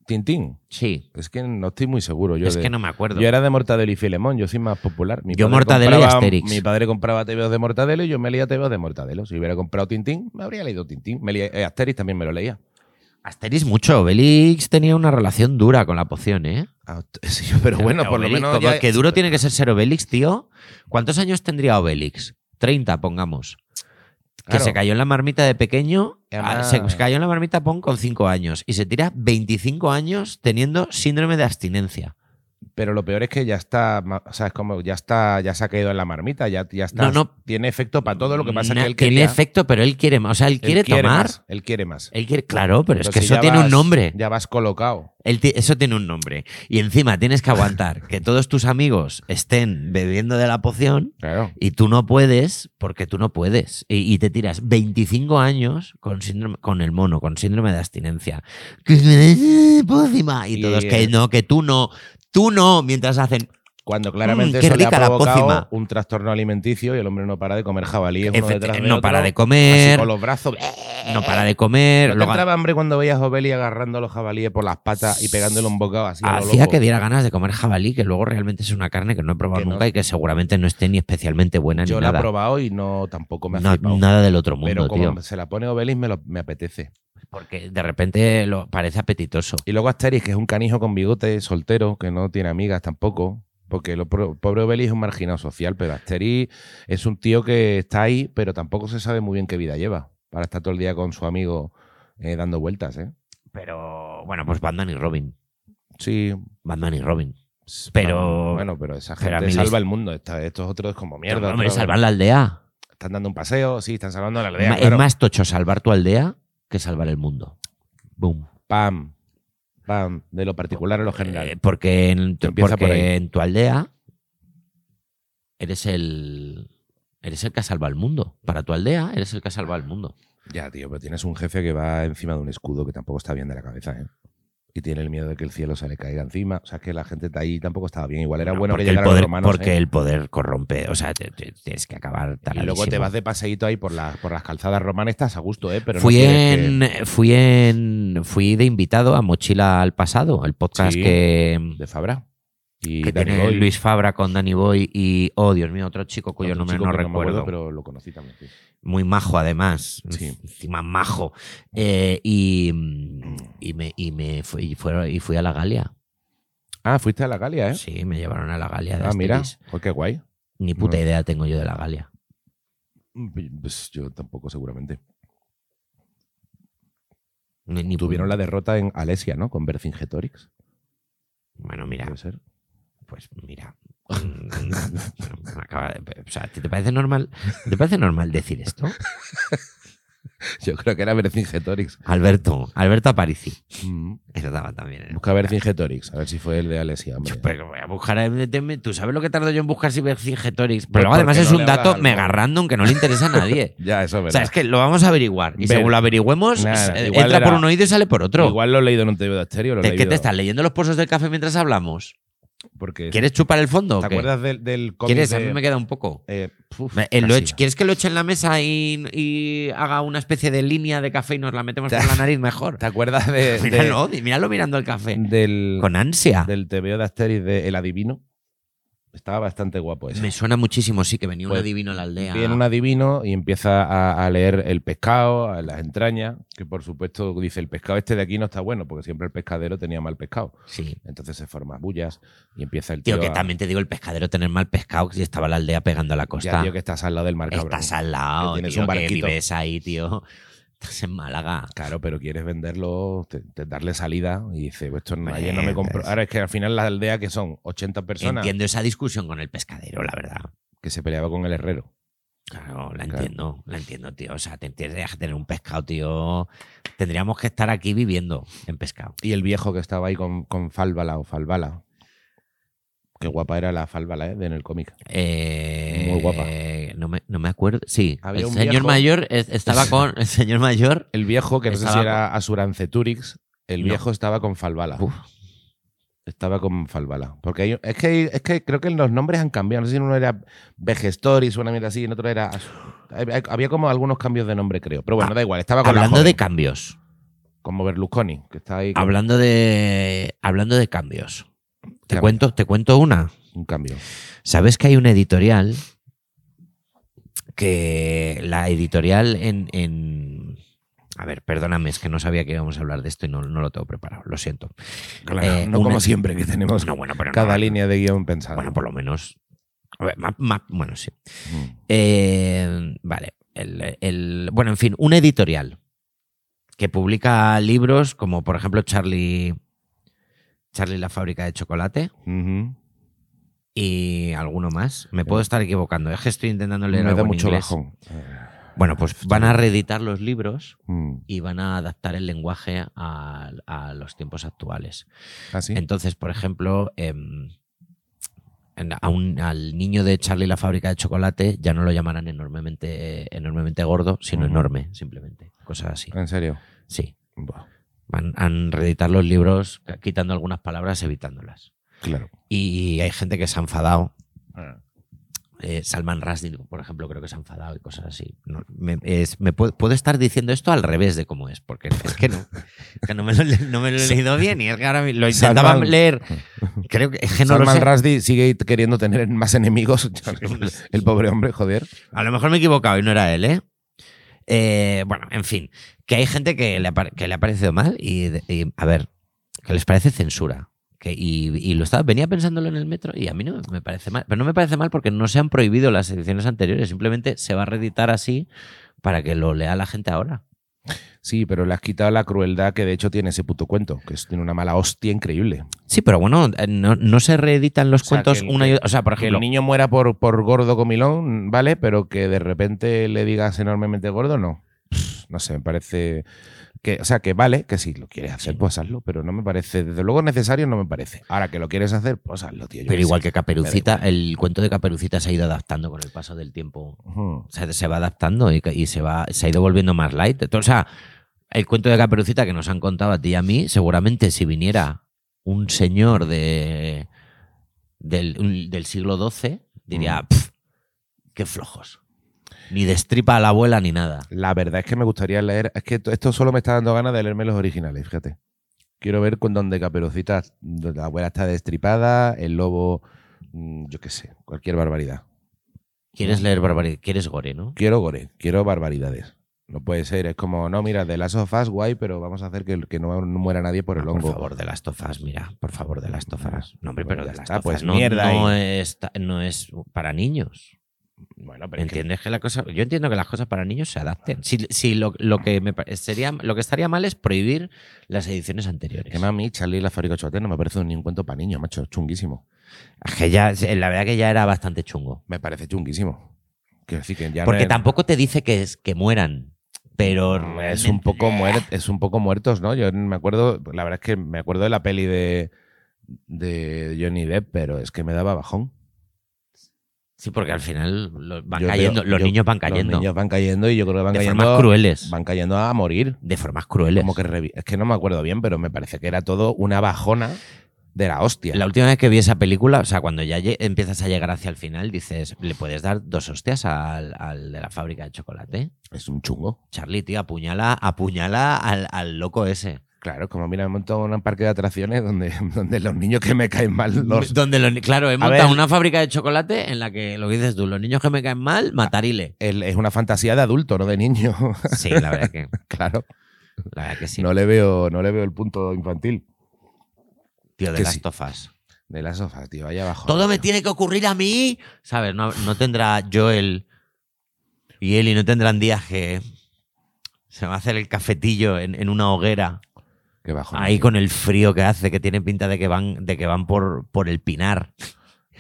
Speaker 2: Tintín.
Speaker 1: Sí.
Speaker 2: Es que no estoy muy seguro. Yo
Speaker 1: Es
Speaker 2: de-
Speaker 1: que no me acuerdo.
Speaker 2: Yo era de Mortadelo y Filemón, yo soy más popular. Mi
Speaker 1: Yo
Speaker 2: padre
Speaker 1: Mortadelo y
Speaker 2: compraba-
Speaker 1: Asterix.
Speaker 2: Mi padre compraba TVOs de Mortadelo y yo me leía TVOs de Mortadelo. Si hubiera comprado Tintín, me habría leído Tintín. Me leía- eh, Asterix también me lo leía.
Speaker 1: Asterix mucho. Obelix tenía una relación dura con la poción, ¿eh?
Speaker 2: Ah, t- sí, pero bueno, por lo
Speaker 1: Obelix,
Speaker 2: menos
Speaker 1: como
Speaker 2: ya-
Speaker 1: Que duro tiene que ser ser Obelix, tío. ¿Cuántos años tendría Obelix? 30, pongamos. Que
Speaker 2: Claro.
Speaker 1: se cayó en la marmita de pequeño.
Speaker 2: Que
Speaker 1: ah,
Speaker 2: además-
Speaker 1: Se cayó en la marmita pon con 5 años. Y se tira 25 años teniendo síndrome de abstinencia.
Speaker 2: Pero lo peor es que ya está, ma- o sea, es como ya está, ya se ha caído en la marmita, ya, ya está.
Speaker 1: No, no.
Speaker 2: Tiene efecto para todo lo que pasa
Speaker 1: Na-
Speaker 2: que él
Speaker 1: Tiene
Speaker 2: quería.
Speaker 1: efecto, pero él quiere más. O sea, él
Speaker 2: Él
Speaker 1: quiere, tomar.
Speaker 2: más, él quiere más.
Speaker 1: Él quiere, claro, pero es que
Speaker 2: Entonces
Speaker 1: eso
Speaker 2: ya
Speaker 1: tiene un
Speaker 2: vas-
Speaker 1: nombre.
Speaker 2: Ya vas colocado.
Speaker 1: Él ti- eso tiene un nombre. Y encima tienes que aguantar que todos tus amigos estén bebiendo de la poción
Speaker 2: Claro.
Speaker 1: y tú no puedes porque tú no puedes. Y, y te tiras 25 años con, síndrome, con el mono, con síndrome de abstinencia. Que- eh, pócima. Y
Speaker 2: Y
Speaker 1: todos
Speaker 2: el-
Speaker 1: que no, que tú no, tú no, mientras hacen...
Speaker 2: Cuando claramente
Speaker 1: Mm, qué
Speaker 2: eso le ha
Speaker 1: rica la
Speaker 2: provocado
Speaker 1: pócima.
Speaker 2: un trastorno alimenticio y el hombre no para de comer jabalíes uno
Speaker 1: Efecti-
Speaker 2: detrás de
Speaker 1: eh, no
Speaker 2: otro,
Speaker 1: para de
Speaker 2: así
Speaker 1: comer,
Speaker 2: con los brazos.
Speaker 1: no para de comer.
Speaker 2: ¿No te
Speaker 1: luego-
Speaker 2: entraba hambre cuando veías a Obeli agarrando a los jabalíes por las patas y pegándole un bocado así a lo
Speaker 1: hacía
Speaker 2: loco?
Speaker 1: que diera ganas de comer jabalí, que luego realmente es una carne que no he probado
Speaker 2: Que no.
Speaker 1: nunca y que seguramente no esté ni especialmente buena
Speaker 2: Yo
Speaker 1: ni
Speaker 2: la he
Speaker 1: nada.
Speaker 2: probado y no tampoco me ha
Speaker 1: No-
Speaker 2: flipado.
Speaker 1: nada del otro
Speaker 2: pero
Speaker 1: mundo,
Speaker 2: como
Speaker 1: tío.
Speaker 2: se la pone Obelis me, lo- me apetece.
Speaker 1: Porque de repente lo, parece apetitoso.
Speaker 2: Y luego Asterix, que es un canijo con bigote, soltero, que no tiene amigas tampoco. Porque lo pro- pobre Obelis es un marginado social, pero Asterix es un tío que está ahí, pero tampoco se sabe muy bien qué vida lleva. Para estar todo el día con su amigo eh, dando vueltas, ¿eh?
Speaker 1: Pero bueno, pues Batman y Robin.
Speaker 2: Sí.
Speaker 1: Batman y Robin. Pero.
Speaker 2: Bueno, pero esa
Speaker 1: pero a
Speaker 2: gente
Speaker 1: mí les-
Speaker 2: salva el mundo. Esta- estos otros es como mierda.
Speaker 1: hombre,
Speaker 2: otra vez.
Speaker 1: salvar la aldea.
Speaker 2: Están dando un paseo, sí, están salvando a la aldea.
Speaker 1: Ma-
Speaker 2: claro.
Speaker 1: Es más tocho salvar tu aldea que salvar el mundo. Boom.
Speaker 2: Pam. Pam. De lo particular a lo general.
Speaker 1: Eh, porque en, tu-
Speaker 2: Empieza por
Speaker 1: porque
Speaker 2: ahí.
Speaker 1: en tu aldea eres el eres el que ha salvado el mundo. Para tu aldea eres el que ha salvado el mundo.
Speaker 2: Ya, tío, pero tienes un jefe que va encima de un escudo que tampoco está bien de la cabeza, ¿eh? Y tiene el miedo de que el cielo se le caiga encima. O sea, es que la gente de ahí tampoco estaba bien. Igual era
Speaker 1: No,
Speaker 2: bueno que
Speaker 1: porque el
Speaker 2: llegaran los
Speaker 1: poder,
Speaker 2: romanos.
Speaker 1: porque
Speaker 2: ¿eh?
Speaker 1: el poder corrompe, o sea, te- te- tienes que acabar
Speaker 2: Y luego te vas de paseíto ahí por, las por las calzadas romanas, estás a gusto, ¿eh? Pero no
Speaker 1: fui
Speaker 2: quieres que-
Speaker 1: en fui en fui de invitado a Mochila al pasado, el podcast
Speaker 2: Sí.
Speaker 1: que
Speaker 2: De Fabra. Y
Speaker 1: que
Speaker 2: Dani
Speaker 1: tiene
Speaker 2: Goy,
Speaker 1: Luis Fabra con Danny Boy y oh Dios mío, otro chico cuyo
Speaker 2: otro
Speaker 1: nombre
Speaker 2: chico
Speaker 1: no
Speaker 2: que me acuerdo,
Speaker 1: recuerdo.
Speaker 2: pero lo conocí también. sí.
Speaker 1: muy majo además,
Speaker 2: Sí.
Speaker 1: encima majo. Eh, y, y me, y me fui, y fueron- y fui a la Galia.
Speaker 2: Ah, fuiste a la Galia, ¿eh?
Speaker 1: Sí, me llevaron a la Galia de
Speaker 2: ah, mira. Mm.
Speaker 1: Asterix.
Speaker 2: Joder, qué guay.
Speaker 1: Ni puta
Speaker 2: No.
Speaker 1: idea tengo yo de la Galia.
Speaker 2: Pues yo tampoco, seguramente.
Speaker 1: Ni, ni
Speaker 2: Tuvieron la derrota en Alesia, ¿no? Con Vercingetorix,
Speaker 1: Bueno, mira,
Speaker 2: puede ser.
Speaker 1: pues mira. Mm, me acaba de- o sea, ¿te, te parece normal? ¿Te parece normal decir esto?
Speaker 2: Yo creo que era Vercingetorix.
Speaker 1: Alberto, Alberto Aparici.
Speaker 2: Mm.
Speaker 1: Eso estaba también. en el-
Speaker 2: Busca Vercingetorix, a ver si fue el de Alesia. hombre.
Speaker 1: Yo, pero voy a buscar a MDTM. Tú sabes lo que tardo yo en buscar Cybercingetorix.
Speaker 2: Pues
Speaker 1: Pero luego además
Speaker 2: porque
Speaker 1: es
Speaker 2: no
Speaker 1: un
Speaker 2: le hablas
Speaker 1: dato
Speaker 2: al
Speaker 1: mega
Speaker 2: móvil.
Speaker 1: random que no le interesa a nadie.
Speaker 2: Ya, eso es
Speaker 1: O
Speaker 2: verdad.
Speaker 1: sea, es que lo vamos a averiguar. Y
Speaker 2: Ver-
Speaker 1: según lo averigüemos,
Speaker 2: Nada,
Speaker 1: eh,
Speaker 2: igual
Speaker 1: entra
Speaker 2: era-
Speaker 1: por un oído y sale por otro.
Speaker 2: Igual lo he leído en un TV de Asterio, lo he
Speaker 1: ¿Te- ¿Qué
Speaker 2: leído.
Speaker 1: te estás leyendo los pozos del café mientras hablamos?
Speaker 2: Porque,
Speaker 1: ¿Quieres chupar el fondo? o
Speaker 2: ¿Te
Speaker 1: qué?
Speaker 2: acuerdas del, del cómic
Speaker 1: ¿Quieres? A
Speaker 2: de-
Speaker 1: mí me queda un poco.
Speaker 2: eh, puf,
Speaker 1: Me- eh, lo he
Speaker 2: casi.
Speaker 1: hecho- ¿Quieres que lo eche en la mesa y, y haga una especie de línea de café y nos la metemos por la nariz mejor?
Speaker 2: ¿Te acuerdas de, de-
Speaker 1: míralo, di- míralo mirando el café.
Speaker 2: del,
Speaker 1: eh. Con ansia.
Speaker 2: del TV de Asterix de El Adivino? Estaba bastante guapo ese.
Speaker 1: Me suena muchísimo, sí, que venía
Speaker 2: Pues,
Speaker 1: un adivino a la aldea.
Speaker 2: Viene un adivino y empieza a, a leer el pescado, a las entrañas, que por supuesto dice, el pescado este de aquí no está bueno, porque siempre el pescadero tenía mal pescado.
Speaker 1: Sí.
Speaker 2: Entonces se forman bullas y empieza el tío,
Speaker 1: Tío, que
Speaker 2: a-
Speaker 1: también te digo, el pescadero tener mal pescado si estaba la aldea pegando a la
Speaker 2: Ya,
Speaker 1: costa.
Speaker 2: tío, que estás al lado del mar cabrón.
Speaker 1: Estás al lado,
Speaker 2: Que tienes
Speaker 1: tío,
Speaker 2: un
Speaker 1: que
Speaker 2: barquito.
Speaker 1: vives ahí, tío. Estás en Málaga.
Speaker 2: Claro, pero quieres venderlo, te- te- darle salida y dice, pues esto no,
Speaker 1: Bueno,
Speaker 2: ayer no me compro.
Speaker 1: es-
Speaker 2: Ahora es que al final la aldea que son 80 personas
Speaker 1: Entiendo esa discusión con el pescadero, la verdad.
Speaker 2: que se peleaba con el herrero.
Speaker 1: Claro, la
Speaker 2: Claro.
Speaker 1: entiendo, la entiendo, tío. O sea, te entiendes que tener un pescado, tío. Tendríamos que estar aquí viviendo en pescado.
Speaker 2: Y el viejo que estaba ahí con, con Falbala o Falbala. Qué guapa era la Falbala, ¿eh? de En el cómic.
Speaker 1: Eh,
Speaker 2: Muy guapa.
Speaker 1: No me, no me acuerdo. Sí,
Speaker 2: Había
Speaker 1: el
Speaker 2: un
Speaker 1: señor
Speaker 2: viejo-
Speaker 1: mayor es- estaba con. El señor mayor.
Speaker 2: El viejo, que no sé si
Speaker 1: Estaba
Speaker 2: era Asuranceturix, el
Speaker 1: No.
Speaker 2: viejo estaba con Falbala.
Speaker 1: Uf.
Speaker 2: Estaba con Falbala. Porque hay- es, que, hay- es que creo que los nombres han cambiado. No sé si en uno era Vegestorix, una mierda así, y en otro era. Asu- hay- hay- Había como algunos cambios de nombre, creo. Pero bueno,
Speaker 1: Ah,
Speaker 2: da igual. Estaba con la
Speaker 1: Hablando
Speaker 2: joven.
Speaker 1: de cambios.
Speaker 2: Como Berlusconi, que está ahí con
Speaker 1: Hablando de. Hablando de cambios. Te
Speaker 2: Cambio.
Speaker 1: cuento, te cuento una.
Speaker 2: un cambio.
Speaker 1: ¿Sabes que hay una editorial que la editorial en, en- A ver, perdóname, es que no sabía que íbamos a hablar de esto y no, no lo tengo preparado, lo siento. Eh,
Speaker 2: no
Speaker 1: una-
Speaker 2: como siempre que tenemos
Speaker 1: No, bueno, pero no-
Speaker 2: cada línea de guión pensada.
Speaker 1: Bueno, pues, por lo menos... a ver, ma- ma- bueno, sí.
Speaker 2: Mm.
Speaker 1: Eh, vale. el- el- bueno, en fin, una editorial que publica libros como, por ejemplo, Charlie... Charlie la fábrica de chocolate
Speaker 2: Mm. Ujú.
Speaker 1: y alguno más. Me puedo estar equivocando, es que estoy intentando leer
Speaker 2: Me
Speaker 1: algo
Speaker 2: da
Speaker 1: en
Speaker 2: mucho
Speaker 1: inglés.
Speaker 2: bajón. Eh,
Speaker 1: Bueno, pues van a reeditar los libros
Speaker 2: Mm.
Speaker 1: y van a adaptar el lenguaje a, a los tiempos actuales.
Speaker 2: ¿Ah, sí?
Speaker 1: Entonces, por ejemplo, em, en- a un- al niño de Charlie y la fábrica de chocolate ya no lo llamarán enormemente, enormemente gordo, sino
Speaker 2: Ujú.
Speaker 1: enorme, simplemente. Cosas así.
Speaker 2: ¿En serio?
Speaker 1: Sí.
Speaker 2: Buah.
Speaker 1: Van a reeditar los libros ca- quitando algunas palabras, evitándolas.
Speaker 2: Claro.
Speaker 1: Y hay gente que se ha enfadado. Eh, Salman Rushdie, por ejemplo, creo que se ha enfadado y cosas así. No, me, es- me puedo, puedo estar diciendo esto al revés de cómo es, porque es que no, que no, me, lo, no me lo he leído bien y es que ahora me- lo intentaba
Speaker 2: Salman-
Speaker 1: leer. Creo que, es que no lo
Speaker 2: Salman
Speaker 1: sé.
Speaker 2: Rushdie sigue queriendo tener más enemigos. El pobre hombre, joder.
Speaker 1: A lo mejor me he equivocado y no era él, ¿eh? Eh, bueno, en fin, que hay gente que le, ha par- que le ha parecido mal y, de- y, a ver, que les parece censura. Que, y, y lo estaba, venía pensándolo en el metro y a mí no me parece mal. Pero no me parece mal porque no se han prohibido las ediciones anteriores, simplemente se va a reeditar así para que lo lea la gente ahora.
Speaker 2: Sí, pero le has quitado la crueldad que de hecho tiene ese puto cuento, que es- tiene una mala hostia increíble.
Speaker 1: Sí, pero bueno, eh, no, no se reeditan los
Speaker 2: O sea,
Speaker 1: cuentos
Speaker 2: que el-
Speaker 1: una y otra. O sea, por
Speaker 2: Que
Speaker 1: ejemplo,
Speaker 2: el niño muera por, por gordo comilón, ¿vale? Pero que de repente le digas enormemente gordo, no. Pff, No sé, me parece que, o sea, que vale, que si lo quieres hacer,
Speaker 1: Sí.
Speaker 2: pues hazlo, pero no me parece, desde luego necesario no me parece. Ahora que lo quieres hacer, pues hazlo, tío. yo
Speaker 1: pero
Speaker 2: qué
Speaker 1: igual
Speaker 2: sé.
Speaker 1: que Caperucita, el cuento de Caperucita se ha ido adaptando con el paso del tiempo.
Speaker 2: Ujú.
Speaker 1: O sea, se va adaptando y, y se, va, se ha ido volviendo más light. Entonces, o sea, el cuento de Caperucita que nos han contado a ti y a mí, seguramente si viniera un señor de, del, un- del siglo XII, diría,
Speaker 2: Mm.
Speaker 1: "Pf, qué flojos. Ni destripa a la abuela ni nada.
Speaker 2: La verdad es que me gustaría leer, es que to- esto solo me está dando ganas de leerme los originales, fíjate. Quiero ver con donde Caperucita, donde la abuela está destripada, el lobo, mm, yo qué sé, cualquier barbaridad.
Speaker 1: Quieres leer barbaridad, quieres gore, ¿no?
Speaker 2: quiero gore, quiero barbaridades. No puede ser, es como, no, mira, de las sofás guay, pero vamos a hacer que, que no muera nadie por el
Speaker 1: Ah,
Speaker 2: hongo.
Speaker 1: Por favor, de las tofas, mira, por favor, de las tofas. No, hombre,
Speaker 2: Bueno,
Speaker 1: pero
Speaker 2: ya
Speaker 1: de las
Speaker 2: está,
Speaker 1: tofas
Speaker 2: pues
Speaker 1: no,
Speaker 2: mierda
Speaker 1: no es, ta- no es para niños.
Speaker 2: Bueno, pero es que-
Speaker 1: ¿Entiendes que la cosa? Yo entiendo que las cosas para niños se adapten. Si, si lo, lo que me pa- sería, lo que estaría mal es prohibir las ediciones anteriores.
Speaker 2: que mami, Charlie y la fábrica de chocolates no me parece ni un cuento para niños, macho, es chunguísimo.
Speaker 1: Que ya, la verdad que ya era bastante chungo.
Speaker 2: Me parece chunguísimo. Quiero decir que ya no
Speaker 1: Porque
Speaker 2: es-
Speaker 1: tampoco te dice que, es, que mueran, pero
Speaker 2: es
Speaker 1: realmente-
Speaker 2: un poco muer- es un poco muertos, ¿no? Yo me acuerdo, la verdad es que me acuerdo de la peli de, de Johnny Depp, pero es que me daba bajón.
Speaker 1: Sí, porque al final lo- van
Speaker 2: Yo
Speaker 1: cayendo,
Speaker 2: creo-
Speaker 1: los
Speaker 2: yo-
Speaker 1: niños van cayendo
Speaker 2: Los niños van cayendo y yo creo que van
Speaker 1: de
Speaker 2: cayendo
Speaker 1: formas crueles,
Speaker 2: van cayendo a morir.
Speaker 1: de formas crueles.
Speaker 2: Como que revi- es que no me acuerdo bien, pero me parece que era todo una bajona de la hostia.
Speaker 1: La última vez que vi esa película, o sea, cuando ya lle- empiezas a llegar hacia el final, dices, le puedes dar dos hostias al, al de la fábrica de chocolate.
Speaker 2: Es un chungo.
Speaker 1: Charlie, tío, apuñala, apuñala al, al loco ese.
Speaker 2: Claro, es como mira, he montado un parque de atracciones donde, donde los niños que me caen mal los.
Speaker 1: Donde los ni- claro, he
Speaker 2: A
Speaker 1: montado
Speaker 2: ver.
Speaker 1: una fábrica de chocolate en la que lo que dices tú, los niños que me caen mal, matarile.
Speaker 2: el- es una fantasía de adulto, no de niño.
Speaker 1: Sí, la verdad que,
Speaker 2: claro.
Speaker 1: la verdad que sí.
Speaker 2: No le veo, no le veo el punto infantil.
Speaker 1: tío, de
Speaker 2: que
Speaker 1: las
Speaker 2: sí.
Speaker 1: tofas.
Speaker 2: De la sofá, tío, ahí abajo.
Speaker 1: Todo me tiene que ocurrir a mí. ¿Sabes? No, no tendrá Joel y Eli, no tendrán días que se va a hacer el cafetillo en, en una hoguera.
Speaker 2: Qué bajón,
Speaker 1: Ahí
Speaker 2: tío.
Speaker 1: con el frío que hace, que tiene pinta de que van, de que van por, por el pinar.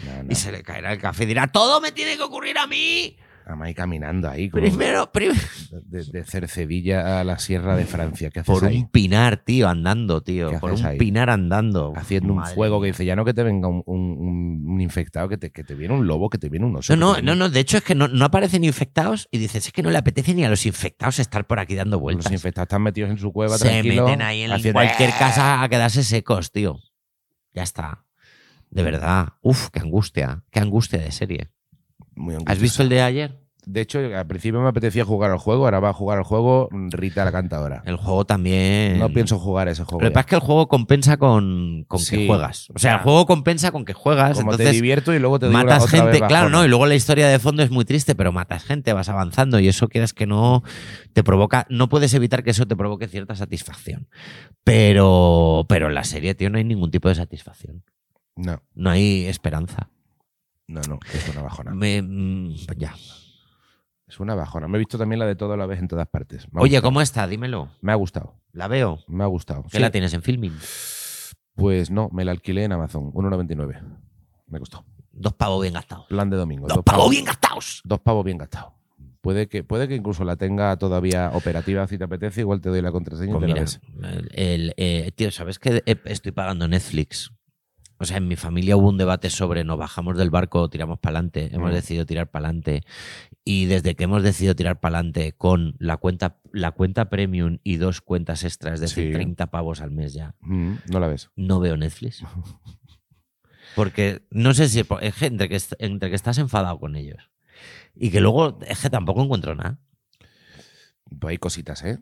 Speaker 2: No, no.
Speaker 1: Y se le caerá el café y dirá, todo me tiene que ocurrir a mí.
Speaker 2: Ama ahí caminando ahí, como
Speaker 1: Primero, primero.
Speaker 2: de, de Cercedilla a la Sierra de Francia. ¿Qué haces
Speaker 1: Por
Speaker 2: ahí?
Speaker 1: un pinar, tío, andando, tío.
Speaker 2: ¿Qué
Speaker 1: Por
Speaker 2: haces
Speaker 1: un
Speaker 2: ahí?
Speaker 1: pinar andando.
Speaker 2: haciendo un
Speaker 1: Madre
Speaker 2: fuego que
Speaker 1: mía.
Speaker 2: dice, ya no que te venga un, un- un- un infectado, que te, que te viene un lobo, que te viene un oso.
Speaker 1: No, no,
Speaker 2: que te viene
Speaker 1: no,
Speaker 2: un-
Speaker 1: no, de hecho es que no, no aparecen infectados y dices, es que no le apetece ni a los infectados estar por aquí dando
Speaker 2: Pues Los
Speaker 1: vueltas.
Speaker 2: infectados están metidos en su cueva,
Speaker 1: Se
Speaker 2: tranquilos,
Speaker 1: meten ahí en
Speaker 2: haciendo-
Speaker 1: cualquier casa a quedarse secos, tío. Ya está. De verdad. Uf, qué angustia. Qué angustia de serie.
Speaker 2: Muy angustioso.
Speaker 1: ¿Has visto el de ayer?
Speaker 2: De hecho, al principio me apetecía jugar al juego, ahora va a jugar al juego Rita la cantadora.
Speaker 1: El juego también.
Speaker 2: No pienso jugar a ese juego.
Speaker 1: Lo que
Speaker 2: ya.
Speaker 1: pasa es que el juego compensa con, con
Speaker 2: Sí.
Speaker 1: que juegas. O sea, el
Speaker 2: Ya.
Speaker 1: juego compensa con que juegas.
Speaker 2: Como te
Speaker 1: entonces,
Speaker 2: divierto y luego te doy una-
Speaker 1: matas
Speaker 2: otra
Speaker 1: gente,
Speaker 2: vez
Speaker 1: claro,
Speaker 2: bajona.
Speaker 1: ¿no? Y luego la historia de fondo es muy triste, pero matas gente, vas avanzando y eso quieras que no te provoca, no puedes evitar que eso te provoque cierta satisfacción. Pero, pero en la serie, tío, no hay ningún tipo de satisfacción.
Speaker 2: No,
Speaker 1: No hay esperanza.
Speaker 2: no, no, es una bajona.
Speaker 1: Me- mm, ya.
Speaker 2: Es una bajona. Me he visto también la de todo a la vez en todas partes. Me ha
Speaker 1: Oye,
Speaker 2: gustado.
Speaker 1: ¿cómo está? Dímelo.
Speaker 2: Me ha gustado,
Speaker 1: La veo.
Speaker 2: me ha gustado.
Speaker 1: ¿Qué
Speaker 2: Sí.
Speaker 1: la tienes en filming?
Speaker 2: Pues no, me la alquilé en Amazon, 1,99. Me costó.
Speaker 1: Dos pavos bien gastados.
Speaker 2: Plan de domingo.
Speaker 1: Dos
Speaker 2: dos
Speaker 1: pavos
Speaker 2: pavos.
Speaker 1: bien gastados.
Speaker 2: dos pavos bien gastados. Puede que, puede que incluso la tenga todavía operativa si te apetece, igual te doy la contraseña y
Speaker 1: Pues
Speaker 2: te la
Speaker 1: mira,
Speaker 2: ves.
Speaker 1: el- el, eh, tío, ¿sabes que estoy pagando Netflix? O sea, en mi familia hubo un debate sobre nos bajamos del barco, tiramos para adelante, hemos
Speaker 2: Mm.
Speaker 1: decidido tirar para adelante. Y desde que hemos decidido tirar para adelante con la cuenta, la cuenta premium y dos cuentas extras, es decir,
Speaker 2: Sí.
Speaker 1: 30 pavos al mes ya,
Speaker 2: Mm, no la ves.
Speaker 1: no veo Netflix. Porque no sé si es que entre que, est- entre que estás enfadado con ellos y que luego es que tampoco encuentro nada.
Speaker 2: Pues hay cositas, ¿eh?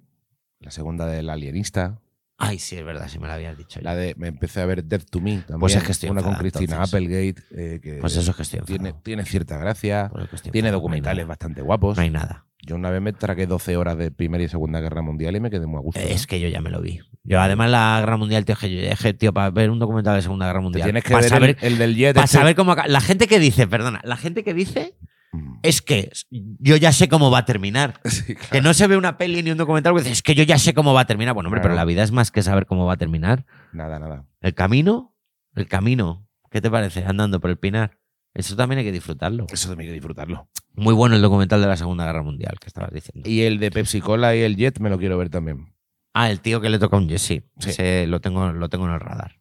Speaker 2: La segunda del alienista.
Speaker 1: Ay, sí, es verdad, si me lo habías dicho. ya.
Speaker 2: La de. Me empecé a ver Death to Me también.
Speaker 1: Pues es que estoy
Speaker 2: Una con
Speaker 1: enfadado,
Speaker 2: Cristina
Speaker 1: entonces.
Speaker 2: Applegate. eh, que
Speaker 1: pues eso es que estoy enfadado.
Speaker 2: tiene, tiene cierta gracia.
Speaker 1: Por lo que estoy
Speaker 2: Tiene
Speaker 1: enfadado,
Speaker 2: documentales
Speaker 1: no hay
Speaker 2: bastante guapos.
Speaker 1: nada. No hay nada.
Speaker 2: Yo una vez me tragué 12 horas de Primera y Segunda Guerra Mundial y me quedé muy a gusto. ¿eh?
Speaker 1: Es que yo ya me lo vi. Yo, además, la Guerra Mundial, tío, es que yo dije, tío, para ver un documental de Segunda Guerra
Speaker 2: Te
Speaker 1: Mundial.
Speaker 2: tienes que
Speaker 1: para
Speaker 2: ver
Speaker 1: saber,
Speaker 2: el, el del Jet.
Speaker 1: para
Speaker 2: este.
Speaker 1: saber cómo acaba- La gente que dice, perdona, la gente que dice
Speaker 2: Mm.
Speaker 1: es que yo ya sé cómo va a terminar.
Speaker 2: Sí, claro.
Speaker 1: Que no se ve una peli ni un documental que dice, es que yo ya sé cómo va a terminar. Bueno, hombre,
Speaker 2: Claro.
Speaker 1: pero la vida es más que saber cómo va a terminar.
Speaker 2: Nada, nada.
Speaker 1: El camino, el camino, ¿qué te parece? Andando por el Pinar. Eso también hay que disfrutarlo.
Speaker 2: Eso también hay que disfrutarlo.
Speaker 1: Muy bueno el documental de la Segunda Guerra Mundial que estabas diciendo.
Speaker 2: Y el de Pepsi Cola y el Jet me lo quiero ver también.
Speaker 1: Ah, el tío que le toca un Jesse.
Speaker 2: Sí.
Speaker 1: Ese lo tengo, lo tengo en el radar.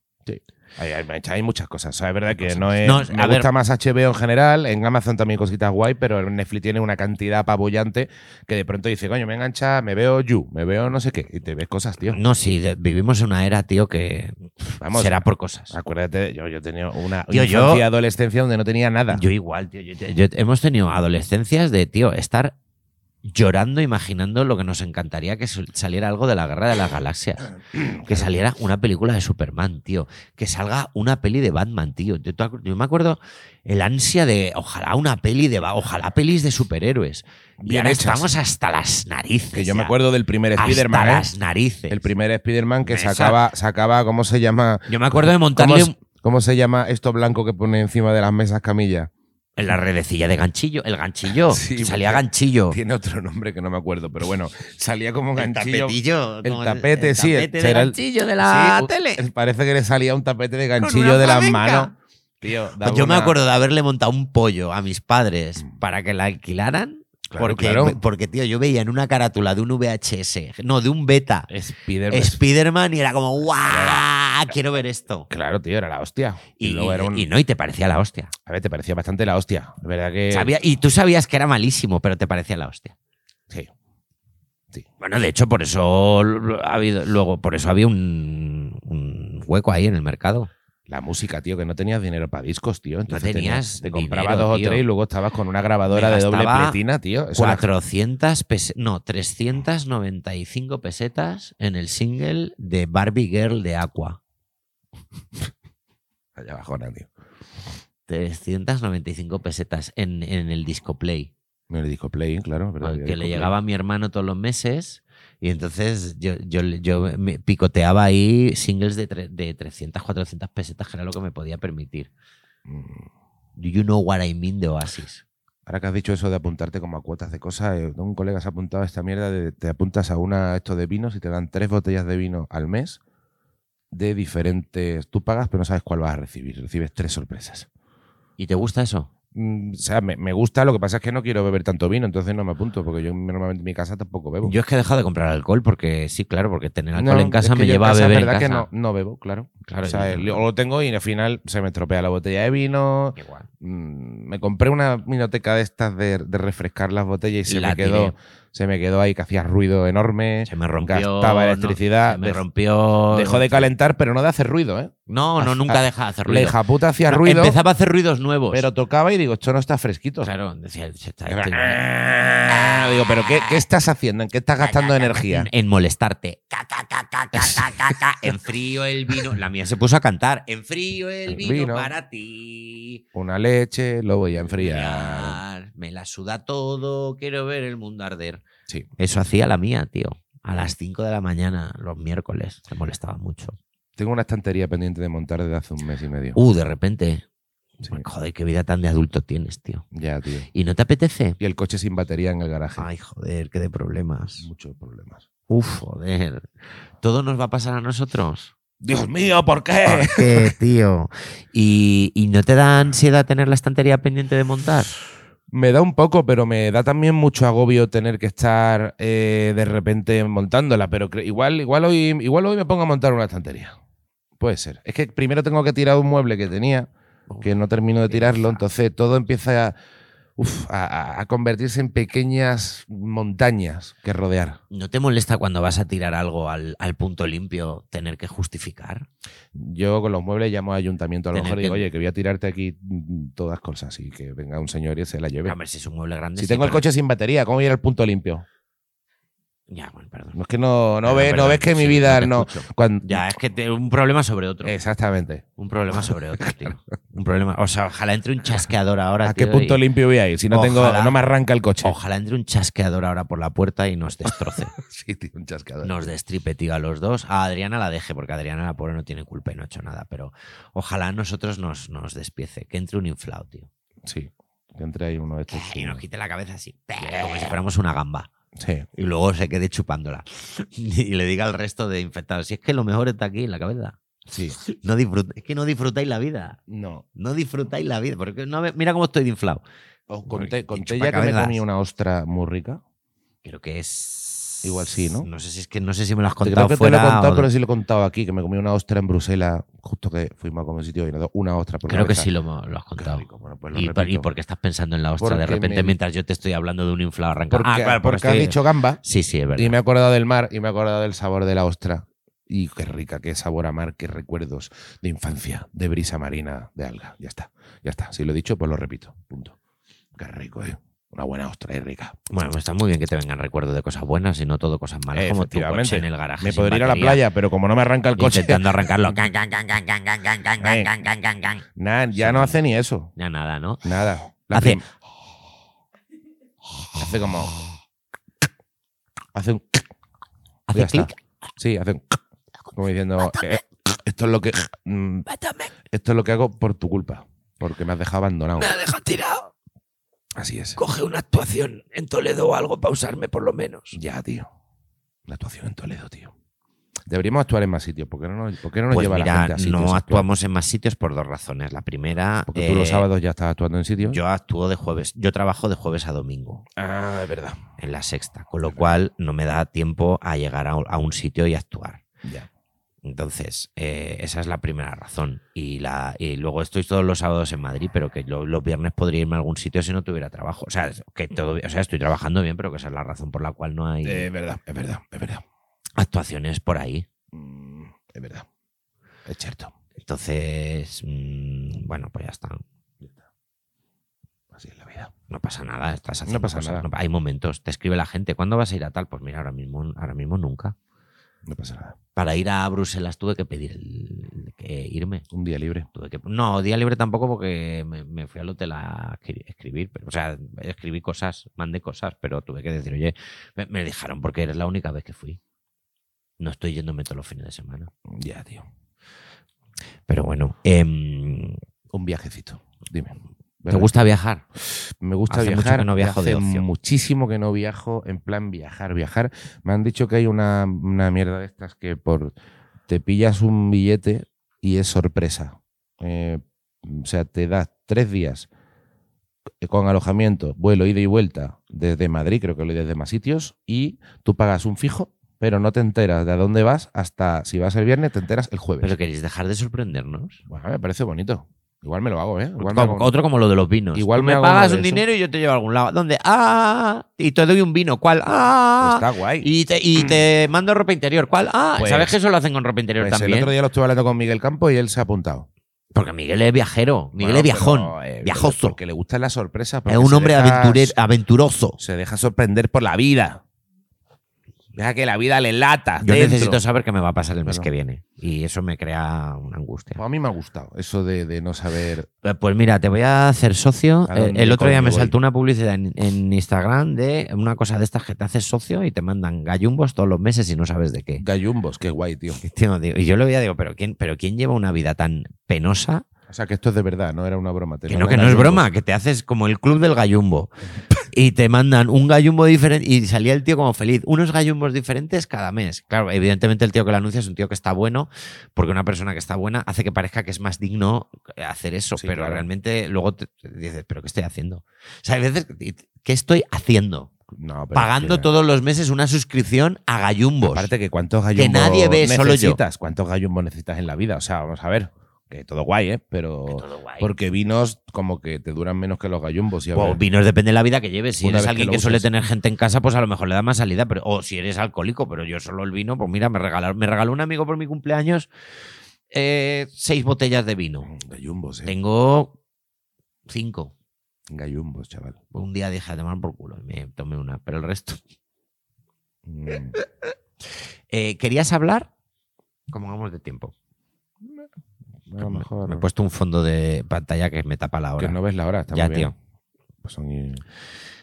Speaker 2: Hay, hay- hay muchas cosas. O sea, es verdad que
Speaker 1: Cosas.
Speaker 2: no es.
Speaker 1: No, a
Speaker 2: me
Speaker 1: ver.
Speaker 2: gusta más HBO en general. En Amazon también hay cositas guay, pero en Netflix tiene una cantidad apabullante que de pronto dice, coño, me engancha, me veo You, me veo no sé qué. Y te ves cosas, tío.
Speaker 1: No, sí, de- vivimos en una era, tío, que
Speaker 2: Vamos.
Speaker 1: será por cosas.
Speaker 2: Acuérdate, yo, yo tenía una
Speaker 1: Tío, yo-
Speaker 2: infancia y adolescencia donde no tenía nada.
Speaker 1: Yo igual, tío. yo- yo- hemos tenido adolescencias de, tío, estar llorando, imaginando lo que nos encantaría que su- saliera algo de la Guerra de las Galaxias. Que saliera una película de Superman, tío. Que salga una peli de Batman, tío. Yo, te acu- yo me acuerdo el ansia de, ojalá una peli de, ba- ojalá pelis de superhéroes. Y
Speaker 2: Bien
Speaker 1: ahora
Speaker 2: hechas.
Speaker 1: estamos hasta las narices.
Speaker 2: que yo me
Speaker 1: ya.
Speaker 2: acuerdo del primer
Speaker 1: Hasta
Speaker 2: Spider-Man. ¿eh?
Speaker 1: las narices.
Speaker 2: El primer Spider-Man que
Speaker 1: Esa-
Speaker 2: sacaba, sacaba, ¿cómo se llama?
Speaker 1: Yo me acuerdo de
Speaker 2: ¿Cómo,
Speaker 1: montarle
Speaker 2: es- cómo se llama esto blanco que pone encima de las mesas camilla?
Speaker 1: en la redecilla de ganchillo. El ganchillo.
Speaker 2: Sí,
Speaker 1: salía
Speaker 2: porque-
Speaker 1: ganchillo.
Speaker 2: Tiene otro nombre que no me acuerdo, pero bueno, salía como
Speaker 1: El
Speaker 2: ganchillo.
Speaker 1: tapetillo.
Speaker 2: el
Speaker 1: como
Speaker 2: tapete, sí,
Speaker 1: tapete de
Speaker 2: será el-
Speaker 1: ganchillo de la
Speaker 2: Sí, u-
Speaker 1: tele.
Speaker 2: Parece que le salía un tapete de
Speaker 1: Con
Speaker 2: ganchillo
Speaker 1: una
Speaker 2: de las
Speaker 1: flamenca.
Speaker 2: manos. Tío, daba
Speaker 1: Pues Yo me
Speaker 2: una- Mm.
Speaker 1: acuerdo de haberle montado un pollo a mis padres para que la alquilaran.
Speaker 2: Claro,
Speaker 1: porque,
Speaker 2: claro.
Speaker 1: porque, tío, yo veía en una carátula de un VHS, no, de un beta,
Speaker 2: Eh, Spider-Man.
Speaker 1: Spider-Man y era como, ¡guau! Quiero ver esto.
Speaker 2: Claro, tío, era la hostia. Y,
Speaker 1: Y,
Speaker 2: luego era
Speaker 1: y-
Speaker 2: un.
Speaker 1: y no, y te parecía la hostia.
Speaker 2: A ver, te parecía bastante la hostia. Es verdad que.
Speaker 1: Sabía- y tú sabías que era malísimo, pero te parecía la hostia.
Speaker 2: Sí.
Speaker 1: Bueno, de hecho, por eso lo- ha habido, luego, por eso había un, un hueco ahí en el mercado.
Speaker 2: La música, tío, que no tenías dinero para discos, tío. Entonces
Speaker 1: tenías
Speaker 2: Te comprabas
Speaker 1: dinero,
Speaker 2: dos o
Speaker 1: tío.
Speaker 2: tres y luego estabas con una grabadora
Speaker 1: Me
Speaker 2: de doble
Speaker 1: gastaba
Speaker 2: pletina, tío. Eso era-
Speaker 1: 400 pesetas, no, 395 pesetas en el single de Barbie Girl de Aqua.
Speaker 2: Allá abajo, nada, tío.
Speaker 1: 395 pesetas en, en el disco play,
Speaker 2: No le dijo play, claro. es verdad,
Speaker 1: al
Speaker 2: yo
Speaker 1: que
Speaker 2: Ah, disco
Speaker 1: le
Speaker 2: play.
Speaker 1: llegaba a mi hermano todos los meses. Y entonces yo, yo, yo me picoteaba ahí singles de, tre- de 300, 400 pesetas, que era lo que me podía permitir.
Speaker 2: Mm.
Speaker 1: Do you know what I mean de Oasis?
Speaker 2: Ahora que has dicho eso de apuntarte como a cuotas de cosas, eh, un colega se ha apuntado a esta mierda de te apuntas a una esto de vinos y te dan tres botellas de vino al mes de diferentes. Tú pagas, pero no sabes cuál vas a recibir. Recibes tres sorpresas.
Speaker 1: ¿Y te gusta eso?
Speaker 2: Mm, o sea, me, me gusta, lo que pasa es que no quiero beber tanto vino, entonces no me apunto, porque yo normalmente en mi casa tampoco bebo.
Speaker 1: Yo es que he dejado de comprar alcohol porque sí, claro, porque tener alcohol
Speaker 2: No,
Speaker 1: en
Speaker 2: es
Speaker 1: casa
Speaker 2: que
Speaker 1: me
Speaker 2: yo en
Speaker 1: lleva
Speaker 2: casa,
Speaker 1: a
Speaker 2: es
Speaker 1: beber en
Speaker 2: verdad
Speaker 1: casa.
Speaker 2: que no, no bebo, claro.
Speaker 1: Claro,
Speaker 2: o sea,
Speaker 1: yo-
Speaker 2: el- o lo tengo y al final se me estropea la botella de vino.
Speaker 1: Igual.
Speaker 2: Mm, me compré una minoteca de estas de, de refrescar las botellas y se
Speaker 1: La
Speaker 2: me quedó
Speaker 1: tiré.
Speaker 2: se me quedó ahí que hacía ruido enorme
Speaker 1: Se me rompió.
Speaker 2: gastaba electricidad
Speaker 1: no, se me
Speaker 2: dej-
Speaker 1: rompió.
Speaker 2: dejó de calentar pero no de hacer ruido eh
Speaker 1: No, no, nunca
Speaker 2: Ah,
Speaker 1: deja de hacer
Speaker 2: la
Speaker 1: ruido.
Speaker 2: hija puta hacía
Speaker 1: No,
Speaker 2: ruido
Speaker 1: Empezaba a hacer ruidos nuevos.
Speaker 2: pero tocaba y digo esto no está fresquito
Speaker 1: claro, decía, se está-
Speaker 2: Era-
Speaker 1: tiene-
Speaker 2: digo pero qué, qué estás haciendo en qué estás gastando energía
Speaker 1: en molestarte. Ca, ca, ca, ca, ca, ca, ca, ca. Enfrío el vino. La mía se puso a cantar. Enfrío el
Speaker 2: El
Speaker 1: vino,
Speaker 2: vino.
Speaker 1: para ti.
Speaker 2: una leche lo voy a enfriar
Speaker 1: Me la suda todo. Quiero ver el mundo arder.
Speaker 2: sí
Speaker 1: Eso hacía la mía, tío. A las 5 de la mañana, los miércoles. Se molestaba mucho.
Speaker 2: tengo una estantería pendiente de montar desde hace un mes y medio
Speaker 1: Uh, de repente. pues,
Speaker 2: Sí.
Speaker 1: Joder, qué vida tan de adulto tienes, tío.
Speaker 2: ya tío
Speaker 1: ¿Y no te apetece?
Speaker 2: y el coche sin batería en el garaje
Speaker 1: Ay, joder, qué de problemas.
Speaker 2: muchos problemas
Speaker 1: Uf, joder. Todo nos va a pasar a nosotros.
Speaker 2: Dios mío, ¿por qué?
Speaker 1: ¿Por qué, tío? ¿Y, y no te da ansiedad tener la estantería pendiente de montar?
Speaker 2: Me da un poco, pero me da también mucho agobio tener que estar eh, de repente montándola. Pero cre- igual, igual, hoy, igual hoy me pongo a montar una estantería. Puede ser. Es que primero tengo que tirar un mueble que tenía, que no termino de tirarlo, entonces todo empieza a... uf, a, a- a convertirse en pequeñas montañas que rodear.
Speaker 1: ¿No te molesta cuando vas a tirar algo al, al punto limpio tener que justificar?
Speaker 2: Yo con los muebles llamo a ayuntamiento a lo
Speaker 1: Tener
Speaker 2: mejor y digo,
Speaker 1: que-
Speaker 2: oye, que voy a tirarte aquí mm, todas cosas y que venga un señor y se la lleve.
Speaker 1: Hombre, si es un mueble grande.
Speaker 2: Si
Speaker 1: sí,
Speaker 2: tengo el
Speaker 1: pero-
Speaker 2: coche sin batería, ¿cómo voy a ir al punto limpio?
Speaker 1: Ya, bueno, perdón.
Speaker 2: No es que no, no,
Speaker 1: Perdón,
Speaker 2: ves, no
Speaker 1: perdón,
Speaker 2: ves que mi
Speaker 1: sí,
Speaker 2: vida
Speaker 1: te
Speaker 2: no.
Speaker 1: escucho.
Speaker 2: cuando-
Speaker 1: Ya, es que te- un problema sobre otro.
Speaker 2: Eh. Exactamente.
Speaker 1: Un problema sobre otro, tío. Un problema. O sea, ojalá entre un chasqueador ahora.
Speaker 2: ¿A qué
Speaker 1: tío,
Speaker 2: punto
Speaker 1: y-
Speaker 2: limpio voy a ir? Si no tengo,
Speaker 1: Ojalá.
Speaker 2: no me arranca el coche.
Speaker 1: Ojalá entre un chasqueador ahora por la puerta y nos destroce.
Speaker 2: Sí, tío, un chascador.
Speaker 1: nos destripe, tío, a los dos. A Adriana la deje, porque Adriana la pobre no tiene culpa y no ha hecho nada. Pero ojalá a nosotros nos, nos despiece. Que entre un inflado, tío.
Speaker 2: Sí. Que entre ahí uno de estos.
Speaker 1: Y nos quite la cabeza así. Como si fuéramos una gamba.
Speaker 2: Sí.
Speaker 1: y luego se quede chupándola y le diga al resto de infectados, si es que lo mejor está aquí en la cabeza.
Speaker 2: Sí.
Speaker 1: No disfrut- es que no disfrutáis la vida.
Speaker 2: No.
Speaker 1: No disfrutáis la vida. Porque no ve- mira cómo estoy de inflado.
Speaker 2: Os
Speaker 1: Porque-
Speaker 2: conté,
Speaker 1: y
Speaker 2: conté ya que me
Speaker 1: chupacabezas.
Speaker 2: comí una ostra muy rica.
Speaker 1: Creo que es.
Speaker 2: Igual sí, ¿no?
Speaker 1: No sé si es que no sé si me lo has
Speaker 2: Creo
Speaker 1: contado
Speaker 2: que
Speaker 1: fuera.
Speaker 2: te lo he contado,
Speaker 1: o-
Speaker 2: pero sí lo he contado aquí, que me comí una ostra en Bruselas, justo que fuimos a comer sitio y nos dio una ostra. Por
Speaker 1: Creo que
Speaker 2: cabeza.
Speaker 1: sí lo, lo has
Speaker 2: Qué
Speaker 1: contado.
Speaker 2: rico. Bueno, pues lo
Speaker 1: ¿Y, por, y
Speaker 2: repito.
Speaker 1: por qué estás pensando en la ostra de
Speaker 2: Porque
Speaker 1: repente
Speaker 2: me-
Speaker 1: mientras yo te estoy hablando de un inflado arrancado?
Speaker 2: Porque,
Speaker 1: Ah, claro,
Speaker 2: porque
Speaker 1: porque
Speaker 2: has
Speaker 1: estoy-
Speaker 2: dicho gamba.
Speaker 1: Sí, sí, es verdad.
Speaker 2: Y me he acordado del mar y me he acordado del sabor de la ostra. Y qué rica, qué sabor a mar, qué recuerdos de infancia, de brisa marina, de alga. Ya está, ya está. Si lo he dicho, pues lo repito. Punto. Qué rico, ¿eh? Una buena ostra y rica.
Speaker 1: Bueno, pues está muy bien que te vengan recuerdos de cosas buenas y no todo cosas malas, como tu
Speaker 2: Efectivamente.
Speaker 1: coche en el garaje.
Speaker 2: Me
Speaker 1: sin
Speaker 2: podría ir a la
Speaker 1: batería,
Speaker 2: playa, pero como no me arranca el coche,
Speaker 1: Intentando arrancarlo.
Speaker 2: nah, ya no hace ni eso.
Speaker 1: Ya nada, ¿no?
Speaker 2: Nada. La
Speaker 1: Hace-
Speaker 2: prim- hace como. Hace un.
Speaker 1: Hace
Speaker 2: Ya está.
Speaker 1: clic.
Speaker 2: Sí, hace un. Como diciendo. eh, esto es lo que. mm,
Speaker 1: Mátame.
Speaker 2: Esto es lo que hago por tu culpa, porque me has dejado abandonado.
Speaker 1: Me ha dejado tirado.
Speaker 2: Así es.
Speaker 1: Coge una actuación en Toledo o algo para usarme por lo menos.
Speaker 2: Ya, tío. La actuación en Toledo, tío. Deberíamos actuar en más sitios. ¿Por qué no nos, por qué no nos
Speaker 1: Pues
Speaker 2: lleva la
Speaker 1: mira,
Speaker 2: gente a sitios?
Speaker 1: no
Speaker 2: a actuar?
Speaker 1: actuamos en más sitios por dos razones. La primera,
Speaker 2: Porque tú los
Speaker 1: eh,
Speaker 2: sábados ya estás actuando en sitios.
Speaker 1: yo actúo de jueves, yo trabajo de jueves a domingo
Speaker 2: Ah, es verdad.
Speaker 1: en la sexta, con lo cual no me da tiempo a llegar a un- a un sitio y actuar.
Speaker 2: Ya.
Speaker 1: Entonces, eh, esa es la primera razón. Y, la, y luego estoy todos los sábados en Madrid, pero que lo- los viernes podría irme a algún sitio si no tuviera trabajo. O sea, es- que todo, o sea, estoy trabajando bien, pero que esa es la razón por la cual no hay
Speaker 2: Eh, es verdad, es verdad, es verdad.
Speaker 1: actuaciones por ahí.
Speaker 2: Mm, es verdad. Es cierto.
Speaker 1: Entonces, mm, bueno, pues ya está.
Speaker 2: Así es la vida.
Speaker 1: No pasa nada, estás haciendo
Speaker 2: pasa
Speaker 1: cosas,
Speaker 2: nada.
Speaker 1: no pa- hay momentos, te escribe la gente, ¿cuándo vas a ir a tal? Pues mira, ahora mismo, ahora mismo nunca.
Speaker 2: No pasa nada.
Speaker 1: Para ir a Bruselas tuve que pedir el- que irme.
Speaker 2: Un día libre.
Speaker 1: Tuve que- no, día libre tampoco porque me, me fui al hotel a escri- escribir. pero- o sea, escribí cosas, mandé cosas, pero tuve que decir, oye, me, me dejaron porque eres la única vez que fui. No estoy yéndome todos los fines de semana.
Speaker 2: Ya, tío.
Speaker 1: Pero bueno, em,
Speaker 2: Un viajecito. Dime.
Speaker 1: ¿te
Speaker 2: ¿Verdad?
Speaker 1: gusta viajar?
Speaker 2: Pues Me gusta
Speaker 1: Hace mucho
Speaker 2: viajar.
Speaker 1: que no
Speaker 2: y
Speaker 1: viajo de
Speaker 2: hace
Speaker 1: ocio.
Speaker 2: muchísimo que no viajo en plan viajar, viajar. Me han dicho que hay una, una mierda de estas que por te pillas un billete y es sorpresa. Eh, o sea, te das tres días con alojamiento, vuelo, ida y vuelta desde Madrid, creo que lo hay desde más sitios, y tú pagas un fijo, pero no te enteras de a dónde vas hasta si vas el viernes, te enteras el jueves.
Speaker 1: ¿Pero queréis dejar de sorprendernos?
Speaker 2: Bueno, me parece bonito. Igual me lo hago, ¿eh? Igual me
Speaker 1: Como-
Speaker 2: hago un-
Speaker 1: Pues Otro como lo de los vinos.
Speaker 2: Igual
Speaker 1: Tú me,
Speaker 2: me hago
Speaker 1: pagas
Speaker 2: uno de
Speaker 1: un
Speaker 2: esos.
Speaker 1: dinero y yo te llevo a algún lado. ¿Dónde? ¡Ah! Y te doy un vino. ¿Cuál? ¡Ah!
Speaker 2: Está guay.
Speaker 1: Y te, y te mando ropa interior. ¿Cuál? ¡Ah!
Speaker 2: Pues-
Speaker 1: ¿Sabes que eso lo hacen con ropa interior
Speaker 2: Pues
Speaker 1: también?
Speaker 2: El otro día lo estuve hablando con Miguel Campo y él se ha apuntado.
Speaker 1: Porque Miguel es viajero, Miguel
Speaker 2: Bueno,
Speaker 1: es viajón,
Speaker 2: pero, eh,
Speaker 1: viajoso.
Speaker 2: Porque le gustan las sorpresas.
Speaker 1: es
Speaker 2: porque
Speaker 1: un
Speaker 2: se
Speaker 1: hombre
Speaker 2: deja-
Speaker 1: aventure- aventuroso.
Speaker 2: Se deja sorprender por la vida. Deja que la vida le lata.
Speaker 1: Yo
Speaker 2: dentro.
Speaker 1: necesito saber qué me va a pasar el mes
Speaker 2: Bueno.
Speaker 1: que viene. Y eso me crea una angustia.
Speaker 2: Pues a mí me ha gustado eso de, de no saber.
Speaker 1: Eh, Pues mira, te voy a hacer socio.
Speaker 2: ¿A
Speaker 1: Eh,
Speaker 2: dónde
Speaker 1: el otro día
Speaker 2: coño
Speaker 1: me
Speaker 2: voy?
Speaker 1: saltó una publicidad en, en Instagram de una cosa de estas que te haces socio y te mandan gallumbos todos los meses y no sabes de qué.
Speaker 2: Gallumbos, qué guay, tío.
Speaker 1: Tío, digo- y yo lo veía, digo, ¿pero quién, pero ¿quién lleva una vida tan penosa?
Speaker 2: O sea, que esto es de verdad, no era una broma. te
Speaker 1: Que no,
Speaker 2: mandan
Speaker 1: que no es
Speaker 2: gallumbos.
Speaker 1: broma, que te haces como el club del gallumbo. Y te mandan un gallumbo diferente y salía el tío como feliz. Unos gallumbos diferentes cada mes. Claro, evidentemente el tío que lo anuncia es un tío que está bueno, porque una persona que está buena hace que parezca que es más digno eh, hacer eso,
Speaker 2: Sí,
Speaker 1: pero
Speaker 2: claro.
Speaker 1: realmente luego te, te dices, ¿pero qué estoy haciendo? O sea, hay veces, que- ¿qué estoy haciendo?
Speaker 2: No, pero
Speaker 1: Pagando
Speaker 2: es que-
Speaker 1: todos los meses una suscripción a gallumbos.
Speaker 2: Aparte que cuántos gallumbos
Speaker 1: nadie ve, solo yo.
Speaker 2: necesitas, cuántos gallumbos necesitas en la vida. O sea, vamos a ver. Que todo guay, ¿eh? Pero.
Speaker 1: que todo guay.
Speaker 2: Porque vinos como que te duran menos que los gallumbos. Y a
Speaker 1: Bueno,
Speaker 2: ver,
Speaker 1: vinos depende de la vida que lleves. Si
Speaker 2: Una
Speaker 1: eres
Speaker 2: vez que
Speaker 1: alguien
Speaker 2: lo
Speaker 1: que, suele
Speaker 2: uses.
Speaker 1: tener gente en casa, pues a lo mejor le da más salida. Pero, o si eres alcohólico, pero yo solo el vino, pues mira, me regaló, me regaló un amigo por mi cumpleaños eh, seis botellas de vino.
Speaker 2: Gallumbos, ¿eh?
Speaker 1: Tengo cinco.
Speaker 2: Gallumbos, chaval.
Speaker 1: Un día dije, a tomar por culo, y me tomé una, pero el resto.
Speaker 2: Mm.
Speaker 1: Eh, ¿Querías hablar? Como vamos de tiempo.
Speaker 2: A lo
Speaker 1: Me-
Speaker 2: mejor.
Speaker 1: Me he puesto un fondo de pantalla que me tapa la hora.
Speaker 2: que no ves la hora, está
Speaker 1: Ya,
Speaker 2: muy bien.
Speaker 1: tío.
Speaker 2: Pues son y-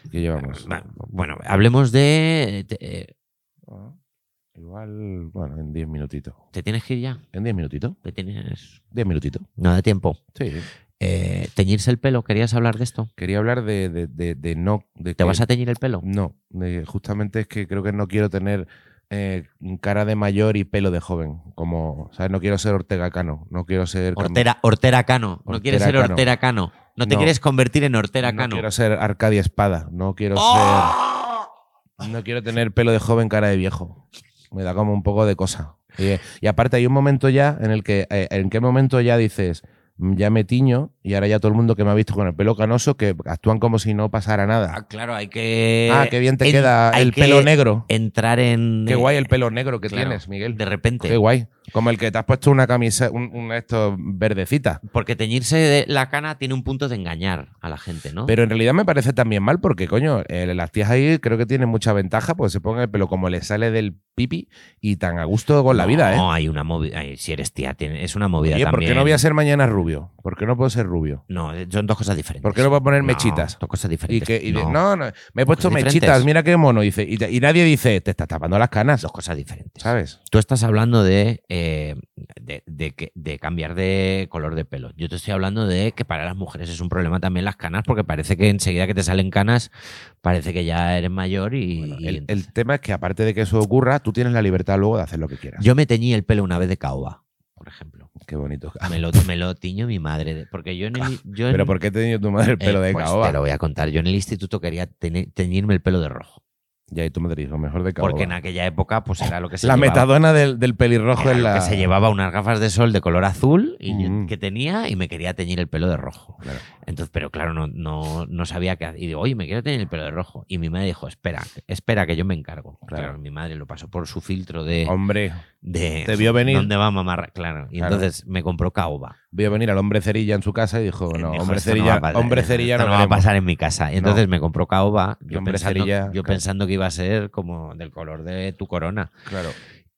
Speaker 2: ¿Qué llevamos?
Speaker 1: Va- Bueno, hablemos de. Te, eh,
Speaker 2: Ah, Igual, bueno, en 10 minutitos.
Speaker 1: ¿te tienes que ir ya.
Speaker 2: ¿En 10 minutitos?
Speaker 1: ¿Te tienes...
Speaker 2: 10 minutitos.
Speaker 1: No da tiempo.
Speaker 2: Sí.
Speaker 1: Eh, teñirse el pelo, ¿querías hablar de esto?
Speaker 2: Quería hablar de, de, de- de no. De
Speaker 1: ¿Te vas a teñir el pelo?
Speaker 2: No, de- justamente es que creo que no quiero tener eh, cara de mayor y pelo de joven. Como, ¿sabes? No quiero ser Ortega Cano. No quiero ser. Cam-
Speaker 1: Hortera, Hortera Cano. No
Speaker 2: Hortera
Speaker 1: quieres ser
Speaker 2: Cano.
Speaker 1: Hortera Cano. No te
Speaker 2: No.
Speaker 1: quieres convertir en Hortera
Speaker 2: No
Speaker 1: Cano.
Speaker 2: quiero ser Arcadia Espada. No quiero
Speaker 1: ¡Oh!
Speaker 2: ser. No quiero tener pelo de joven, cara de viejo. Me da como un poco de cosa. Y, eh, y aparte hay un momento ya en el que. eh, ¿En qué momento ya dices.? "Mm, Ya me tiño y ahora ya todo el mundo que me ha visto con el pelo canoso que actúan como si no pasara nada.
Speaker 1: Ah, claro, hay que.
Speaker 2: ah, qué bien te
Speaker 1: en-
Speaker 2: queda
Speaker 1: hay
Speaker 2: el
Speaker 1: que
Speaker 2: pelo negro.
Speaker 1: Entrar en.
Speaker 2: Qué guay el pelo negro que
Speaker 1: Claro.
Speaker 2: tienes, Miguel.
Speaker 1: De repente.
Speaker 2: Qué guay. Como el que te has puesto una camisa, un, un esto verdecita.
Speaker 1: Porque teñirse de la cana tiene un punto de engañar a la gente, ¿no?
Speaker 2: Pero en realidad me parece también mal porque, coño, eh, las tías ahí creo que tienen mucha ventaja porque se pongan el pelo como les sale del pipi y tan a gusto con la vida, ¿eh?
Speaker 1: No, hay una movida. Si eres tía, tiene- es una movida
Speaker 2: Oye, ¿por
Speaker 1: también.
Speaker 2: qué no voy a ser mañana rubio? ¿Por qué no puedo ser rubio?
Speaker 1: No, son dos cosas diferentes.
Speaker 2: ¿Por qué no voy a poner
Speaker 1: No,
Speaker 2: mechitas?
Speaker 1: Dos cosas
Speaker 2: Y
Speaker 1: diferentes.
Speaker 2: que, y de-
Speaker 1: no,
Speaker 2: no, no, me he puesto
Speaker 1: Cosas
Speaker 2: mechitas,
Speaker 1: diferentes.
Speaker 2: mira qué mono, dice. Y, y nadie dice, te estás tapando las canas,
Speaker 1: dos cosas diferentes.
Speaker 2: ¿sabes?
Speaker 1: Tú estás hablando de, eh, de, de que- de cambiar de color de pelo. Yo te estoy hablando de que para las mujeres es un problema también las canas, porque parece que enseguida que te salen canas, parece que ya eres mayor y.
Speaker 2: Bueno,
Speaker 1: y
Speaker 2: el,
Speaker 1: entonces-
Speaker 2: el tema es que aparte de que eso ocurra, tú tienes la libertad luego de hacer lo que quieras.
Speaker 1: Yo me teñí el pelo una vez de caoba, por ejemplo.
Speaker 2: Qué bonito.
Speaker 1: Me lo, me lo tiño mi madre. de- Porque yo en el. yo en-
Speaker 2: Ah. Pero ¿por qué te dio tu madre el
Speaker 1: eh,
Speaker 2: pelo de
Speaker 1: pues
Speaker 2: caoba?
Speaker 1: Te lo voy a contar. Yo en el instituto quería teñi- teñirme el pelo de rojo.
Speaker 2: Ya, y tú me dijo, mejor de caoba.
Speaker 1: Porque en aquella época, pues era lo que se
Speaker 2: la
Speaker 1: llevaba.
Speaker 2: metadona del, del pelirrojo
Speaker 1: Era
Speaker 2: en
Speaker 1: lo
Speaker 2: la.
Speaker 1: que se llevaba unas gafas de sol de color azul y yo-
Speaker 2: Mm.
Speaker 1: que tenía y me quería teñir el pelo de rojo.
Speaker 2: Claro.
Speaker 1: Entonces, pero claro, no, no, no sabía qué hacer. Y digo, oye, me quiero teñir el pelo de rojo. Y mi madre dijo, espera, espera que yo me encargo. Claro,
Speaker 2: Claro.
Speaker 1: mi madre lo pasó por su filtro de,
Speaker 2: Hombre,
Speaker 1: de
Speaker 2: te vio venir.
Speaker 1: dónde va a mamar. Claro. Y
Speaker 2: Claro.
Speaker 1: entonces me compró caoba.
Speaker 2: Vio venir al hombre cerilla en su casa y dijo, no,
Speaker 1: Dijo,
Speaker 2: hombre
Speaker 1: "Esto no
Speaker 2: cerilla,
Speaker 1: va a pasar,
Speaker 2: hombre
Speaker 1: esto
Speaker 2: cerilla
Speaker 1: no,
Speaker 2: no,
Speaker 1: va a
Speaker 2: queremos".
Speaker 1: pasar en mi casa. Y entonces me compró caoba, yo,
Speaker 2: hombre
Speaker 1: pensando,
Speaker 2: cerilla,
Speaker 1: yo
Speaker 2: claro.
Speaker 1: pensando que iba a ser como del color de tu corona.
Speaker 2: Claro.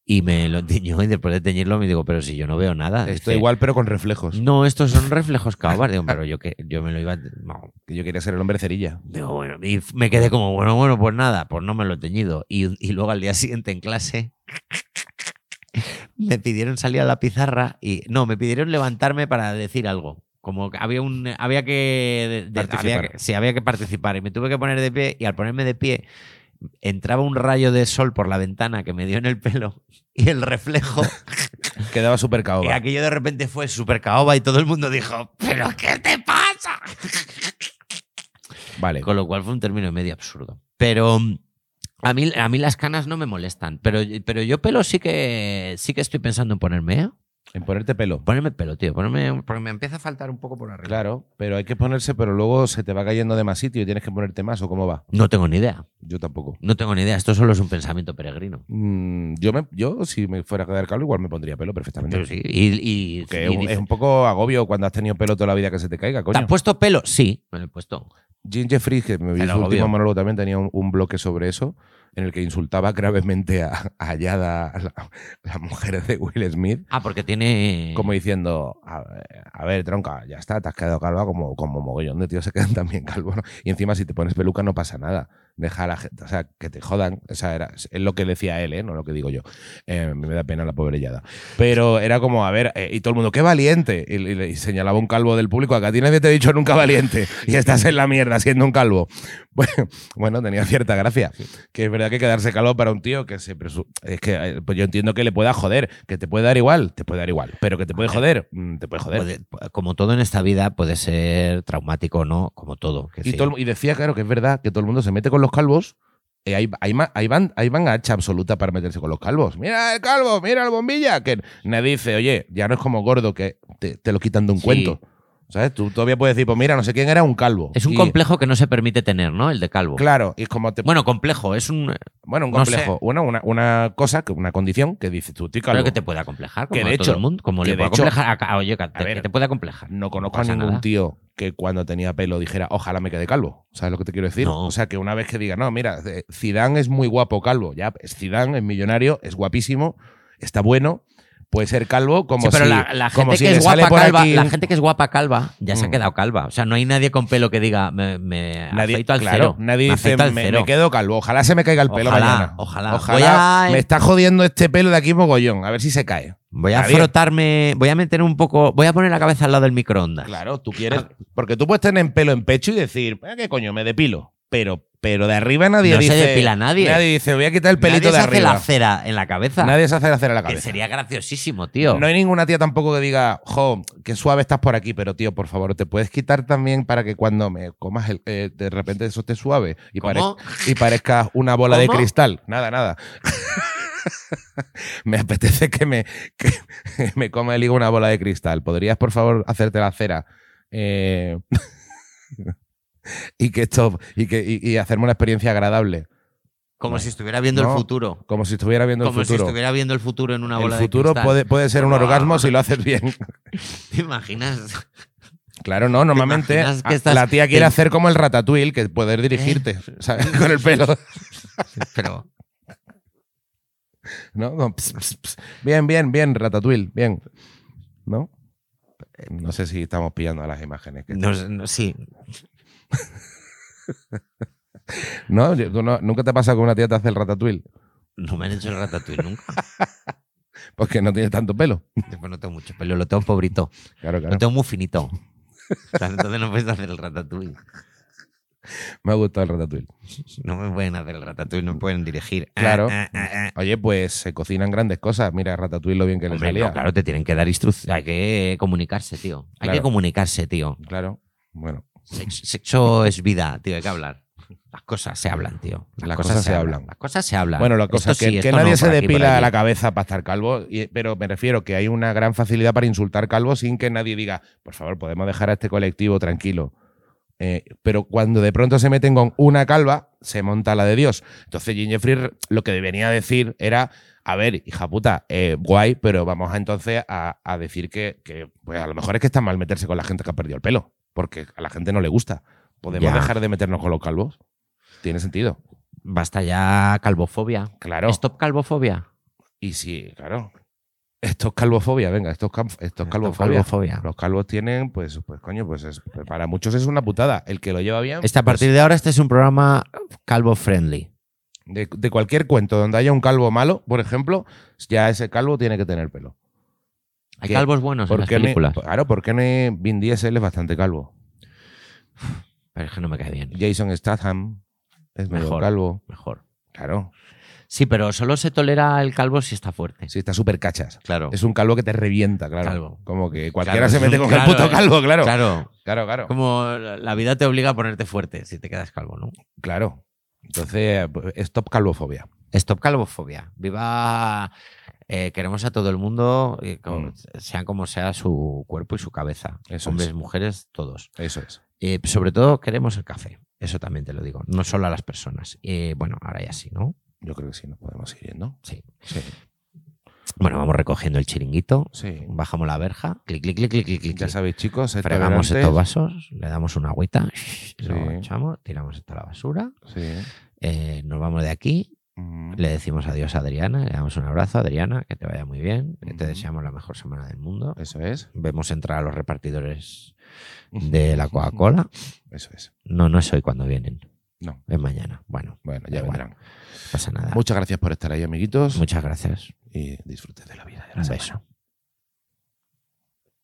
Speaker 1: Y me lo teñó y después de teñirlo me digo, pero si yo no veo nada.
Speaker 2: Esto
Speaker 1: Dice,
Speaker 2: igual, pero con reflejos.
Speaker 1: No, estos son reflejos caobar. Digo, pero yo que yo me lo iba. a- no.
Speaker 2: Que yo quería ser el hombre cerilla.
Speaker 1: Digo, bueno, y f- me quedé como, bueno, bueno, pues nada, pues no me lo he teñido. Y, y luego al día siguiente en clase me pidieron salir a la pizarra y. No, me pidieron levantarme para decir algo. Como que había un. Había que. de- de-
Speaker 2: Participar.
Speaker 1: había que- sí, había que participar. Y me tuve que poner de pie. Y al ponerme de pie, entraba un rayo de sol por la ventana que me dio en el pelo. Y el reflejo
Speaker 2: Quedaba súper
Speaker 1: y
Speaker 2: caoba.
Speaker 1: aquello de repente fue super caoba y todo el mundo dijo, ¿pero qué te pasa?
Speaker 2: Vale.
Speaker 1: Con lo cual fue un término medio absurdo. Pero mm, a mí, a mí las canas no me molestan, pero, pero yo pelo sí que, sí que estoy pensando en ponerme, ¿eh?
Speaker 2: En ponerte pelo.
Speaker 1: Ponerme pelo, tío, ponerme, porque me empieza a faltar un poco por arriba.
Speaker 2: Claro, pero hay que ponerse, pero luego se te va cayendo de más sitio y tienes que ponerte más, ¿o cómo va?
Speaker 1: No tengo ni idea,
Speaker 2: Yo tampoco.
Speaker 1: no tengo ni idea, esto solo es un pensamiento peregrino.
Speaker 2: Mm, yo, me, yo, si me fuera a quedar calvo, igual me pondría pelo perfectamente.
Speaker 1: Pero sí, y, y-
Speaker 2: Que
Speaker 1: y
Speaker 2: es un-
Speaker 1: dice,
Speaker 2: es un poco agobio cuando has tenido pelo toda la vida que se te caiga,
Speaker 1: ¿Te
Speaker 2: coño.
Speaker 1: has puesto pelo? Sí, me lo he puesto.
Speaker 2: Jim Jeffries, que me vi
Speaker 1: Pero
Speaker 2: su último
Speaker 1: obvio.
Speaker 2: monólogo también, tenía un, un bloque sobre eso, en el que insultaba gravemente a, a Yada, a la, la mujer de Will Smith,
Speaker 1: Ah, porque tiene...
Speaker 2: como diciendo, a, ver- a ver, tronca, ya está, te has quedado calva como, como mogollón de tíos se quedan también calvos. ¿no? Y encima si te pones peluca no pasa nada. Deja a la gente, o sea, que te jodan. O sea, era, es lo que decía él, ¿eh? no lo que digo yo. Eh, a mí me da pena la pobre Yada. Pero era como, a ver, eh, y todo el mundo, qué valiente. Y, y le- y señalaba un calvo del público, acá a ti nadie te ha dicho nunca valiente. Y estás en la mierda siendo un calvo. Bueno, bueno, tenía cierta gracia. Que es verdad que quedarse calvo para un tío que se presu- Es que eh, pues yo entiendo que le pueda joder, que te puede dar igual, te puede dar igual. Pero que te puede joder, mm, te puede joder.
Speaker 1: Puede- como todo en esta vida puede ser traumático o no, como todo. que
Speaker 2: Y,
Speaker 1: sí.
Speaker 2: todo el mu- y decía, claro, que es verdad que todo el mundo se mete con los calvos eh, hay, hay, ma- hay van, hay van hacha absoluta para meterse con los calvos. Mira el calvo, mira la bombilla. Que nadie dice, oye, ya no es como gordo que te, te lo quitan de un
Speaker 1: Sí.
Speaker 2: cuento. ¿Sabes? Tú todavía puedes decir, pues mira, no sé quién era un calvo.
Speaker 1: Es un
Speaker 2: Y-
Speaker 1: complejo que no se permite tener, ¿no? El de calvo.
Speaker 2: Claro, y es como te. Bueno,
Speaker 1: Bueno, complejo, es un.
Speaker 2: un
Speaker 1: no
Speaker 2: complejo. Bueno, una, una cosa, que- una condición que dices tú, estoy calvo.
Speaker 1: Claro que te puede acomplejar, como
Speaker 2: Que de
Speaker 1: a todo
Speaker 2: hecho-
Speaker 1: el mundo. Como
Speaker 2: que
Speaker 1: le
Speaker 2: de
Speaker 1: puede
Speaker 2: hecho-
Speaker 1: acomplejar a, ca- oye, que te,
Speaker 2: ver,
Speaker 1: que te puede acomplejar.
Speaker 2: No conozco a
Speaker 1: pasa
Speaker 2: ningún
Speaker 1: nada.
Speaker 2: tío que cuando tenía pelo dijera, ojalá me quede calvo. ¿Sabes lo que te quiero decir?
Speaker 1: No.
Speaker 2: O sea, que una vez que diga, no, mira, eh, Zidane es muy guapo calvo. Ya, es Zidane es millonario, es guapísimo, está bueno, puede ser calvo como
Speaker 1: Sí, pero
Speaker 2: si...
Speaker 1: la, la
Speaker 2: como
Speaker 1: gente
Speaker 2: si
Speaker 1: que
Speaker 2: le
Speaker 1: es
Speaker 2: sale
Speaker 1: guapa
Speaker 2: por
Speaker 1: calva,
Speaker 2: aquí
Speaker 1: la
Speaker 2: un-
Speaker 1: gente que es guapa calva ya se ha
Speaker 2: Mm.
Speaker 1: quedado calva. O sea, no hay nadie con pelo que diga me, me
Speaker 2: Nadie,
Speaker 1: afeito al
Speaker 2: claro,
Speaker 1: cero.
Speaker 2: nadie
Speaker 1: me
Speaker 2: dice,
Speaker 1: afeito al
Speaker 2: me,
Speaker 1: cero".
Speaker 2: me quedo calvo. Ojalá se me caiga el pelo
Speaker 1: Ojalá,
Speaker 2: mañana.
Speaker 1: ojalá. Voy a-
Speaker 2: Me está jodiendo este pelo de aquí mogollón. A ver si se cae.
Speaker 1: Voy a
Speaker 2: Nadie.
Speaker 1: frotarme, voy a meter un poco, voy a poner la cabeza al lado del microondas.
Speaker 2: Claro, tú quieres... Porque tú puedes tener pelo en pecho y decir, "Ah, ¿qué coño? Me depilo. Pero, pero de arriba nadie
Speaker 1: No se
Speaker 2: dice...
Speaker 1: depila nadie.
Speaker 2: Nadie dice, voy a quitar el pelito
Speaker 1: Nadie
Speaker 2: de
Speaker 1: se hace
Speaker 2: arriba.
Speaker 1: la cera en la cabeza.
Speaker 2: Nadie se hace la cera a la
Speaker 1: que
Speaker 2: cabeza.
Speaker 1: sería graciosísimo, tío.
Speaker 2: No hay ninguna tía tampoco que diga, jo, qué suave estás por aquí, pero tío, por favor, te puedes quitar también para que cuando me comas, el, eh, de repente eso esté suave y,
Speaker 1: ¿Cómo?
Speaker 2: parez- y parezcas una bola de
Speaker 1: ¿Cómo?
Speaker 2: cristal. Nada, nada. me apetece que me, que me coma el higo una bola de cristal. ¿Podrías, por favor, hacerte la cera? Eh, y que esto, y, que, y, y hacerme una experiencia agradable.
Speaker 1: Como
Speaker 2: No.
Speaker 1: si estuviera viendo
Speaker 2: No.
Speaker 1: el futuro.
Speaker 2: Como si estuviera viendo
Speaker 1: Como
Speaker 2: el
Speaker 1: si
Speaker 2: futuro.
Speaker 1: estuviera viendo el futuro en una
Speaker 2: el
Speaker 1: bola
Speaker 2: futuro
Speaker 1: de cristal.
Speaker 2: puede, puede ser un
Speaker 1: Guau.
Speaker 2: orgasmo si lo haces bien.
Speaker 1: ¿Te imaginas?
Speaker 2: Claro, no, normalmente
Speaker 1: imaginas que
Speaker 2: a-
Speaker 1: estás- Eh.
Speaker 2: la tía quiere
Speaker 1: te-
Speaker 2: hacer como el ratatouille, que poder dirigirte, ¿sabes? Con el pelo,
Speaker 1: Pero
Speaker 2: ¿no? Como ps, ps, ps. Bien, bien, bien, ratatouille, bien. ¿No? No sé si estamos pillando a las imágenes. que-
Speaker 1: no, no- sí,
Speaker 2: ¿No? Yo- tú no- ¿Nunca te pasa que una tía te hace el ratatouille?
Speaker 1: no me han hecho el ratatouille nunca.
Speaker 2: Porque no tiene tanto pelo.
Speaker 1: Después no tengo mucho pelo, lo tengo pobrito.
Speaker 2: Claro,
Speaker 1: Lo
Speaker 2: claro.
Speaker 1: tengo muy finito. O sea, entonces no puedes hacer el ratatouille.
Speaker 2: Me ha gustado el ratatouille.
Speaker 1: No me pueden hacer el ratatouille, no me pueden dirigir. Ah,
Speaker 2: Claro.
Speaker 1: ah, ah, ah.
Speaker 2: Oye, pues se cocinan grandes cosas. Mira, ratatouille lo bien que le
Speaker 1: Hombre,
Speaker 2: salía.
Speaker 1: no, claro, te tienen que dar instrucciones. Hay que comunicarse, tío. Hay
Speaker 2: Claro.
Speaker 1: que comunicarse, tío.
Speaker 2: Claro. Bueno,
Speaker 1: Sex- Sexo es vida, tío. Hay que hablar. Las cosas se hablan, tío.
Speaker 2: Las cosas se hablan.
Speaker 1: Las cosas se hablan.
Speaker 2: Bueno, la cosa es
Speaker 1: Esto
Speaker 2: que,
Speaker 1: sí,
Speaker 2: que
Speaker 1: esto
Speaker 2: nadie
Speaker 1: no,
Speaker 2: se
Speaker 1: por aquí, por
Speaker 2: depila
Speaker 1: allí.
Speaker 2: la cabeza para estar calvo, y- pero me refiero que hay una gran facilidad para insultar calvo sin que nadie diga, por favor, podemos dejar a este colectivo tranquilo. Eh, pero cuando de pronto se meten con una calva, se monta la de Dios. Entonces, Jim Jeffrey lo que venía a decir era, a ver, hija puta, eh, guay, pero vamos a, entonces a, a decir que, que, pues a lo mejor es que está mal meterse con la gente que ha perdido el pelo, porque a la gente no le gusta. Podemos
Speaker 1: Ya.
Speaker 2: dejar de meternos con los calvos. Tiene sentido.
Speaker 1: Basta ya calvofobia.
Speaker 2: Claro.
Speaker 1: Stop calvofobia.
Speaker 2: Y sí, claro. Esto es calvofobia, venga, esto es, cam- esto es calvofobia.
Speaker 1: calvofobia.
Speaker 2: Los calvos tienen, pues, pues coño, pues, es- pues, para muchos es una putada. El que lo lleva bien.
Speaker 1: Este, a
Speaker 2: pues,
Speaker 1: partir de ahora, este es un programa calvo friendly.
Speaker 2: de, de cualquier cuento donde haya un calvo malo, por ejemplo, ya ese calvo tiene que tener pelo.
Speaker 1: Hay
Speaker 2: ¿Qué?
Speaker 1: calvos buenos Pues en las
Speaker 2: Porque ne-
Speaker 1: películas.
Speaker 2: claro, porque ne- Vin Diesel es bastante calvo.
Speaker 1: Pero es que no me cae bien.
Speaker 2: Jason Statham es medio
Speaker 1: Mejor.
Speaker 2: calvo.
Speaker 1: Mejor.
Speaker 2: Claro.
Speaker 1: Sí, pero solo se tolera el calvo si está fuerte.
Speaker 2: Sí, está súper cachas.
Speaker 1: Claro.
Speaker 2: Es un calvo que te revienta, claro.
Speaker 1: Calvo.
Speaker 2: Como que cualquiera
Speaker 1: Claro,
Speaker 2: se
Speaker 1: es
Speaker 2: mete
Speaker 1: un-
Speaker 2: con
Speaker 1: claro,
Speaker 2: el puto
Speaker 1: eh.
Speaker 2: calvo, claro. Claro,
Speaker 1: Claro.
Speaker 2: claro. claro.
Speaker 1: Como la vida te obliga a ponerte fuerte si te quedas calvo, ¿no?
Speaker 2: Claro. Entonces, pues, stop calvofobia.
Speaker 1: Stop calvofobia. Viva. eh, queremos a todo el mundo, eh, como-
Speaker 2: Mm.
Speaker 1: sean como sea su cuerpo y su cabeza.
Speaker 2: Eso
Speaker 1: Hombres,
Speaker 2: es.
Speaker 1: mujeres, todos.
Speaker 2: Eso es.
Speaker 1: Eh, sobre todo queremos el café. Eso también te lo digo. No solo a las personas. Eh, bueno, ahora ya sí, ¿no?
Speaker 2: Yo creo que sí, nos podemos ir yendo.
Speaker 1: Sí.
Speaker 2: Sí.
Speaker 1: Bueno, vamos recogiendo el chiringuito.
Speaker 2: sí.
Speaker 1: Bajamos la verja. Clic, clic, clic, clic, clic, clic.
Speaker 2: Ya
Speaker 1: clic.
Speaker 2: sabéis, chicos, este
Speaker 1: Fregamos
Speaker 2: verante-
Speaker 1: estos vasos, le damos una agüita, lo
Speaker 2: Sí.
Speaker 1: echamos, tiramos esto a la basura,
Speaker 2: Sí.
Speaker 1: eh, nos vamos de aquí,
Speaker 2: Mm.
Speaker 1: le decimos adiós a Adriana, le damos un abrazo, Adriana, que te vaya muy bien, que te
Speaker 2: Ujú.
Speaker 1: deseamos la mejor semana del mundo.
Speaker 2: Eso es.
Speaker 1: Vemos entrar a los repartidores de la Coca-Cola.
Speaker 2: Eso es.
Speaker 1: No, no es hoy cuando vienen,
Speaker 2: No.
Speaker 1: es mañana. Bueno,
Speaker 2: Bueno,
Speaker 1: Da
Speaker 2: ya
Speaker 1: igual.
Speaker 2: vendrán.
Speaker 1: pasa nada.
Speaker 2: Muchas gracias por estar ahí, amiguitos.
Speaker 1: Muchas gracias.
Speaker 2: Y disfruten de la vida. De la
Speaker 1: Un
Speaker 2: semana.
Speaker 1: beso.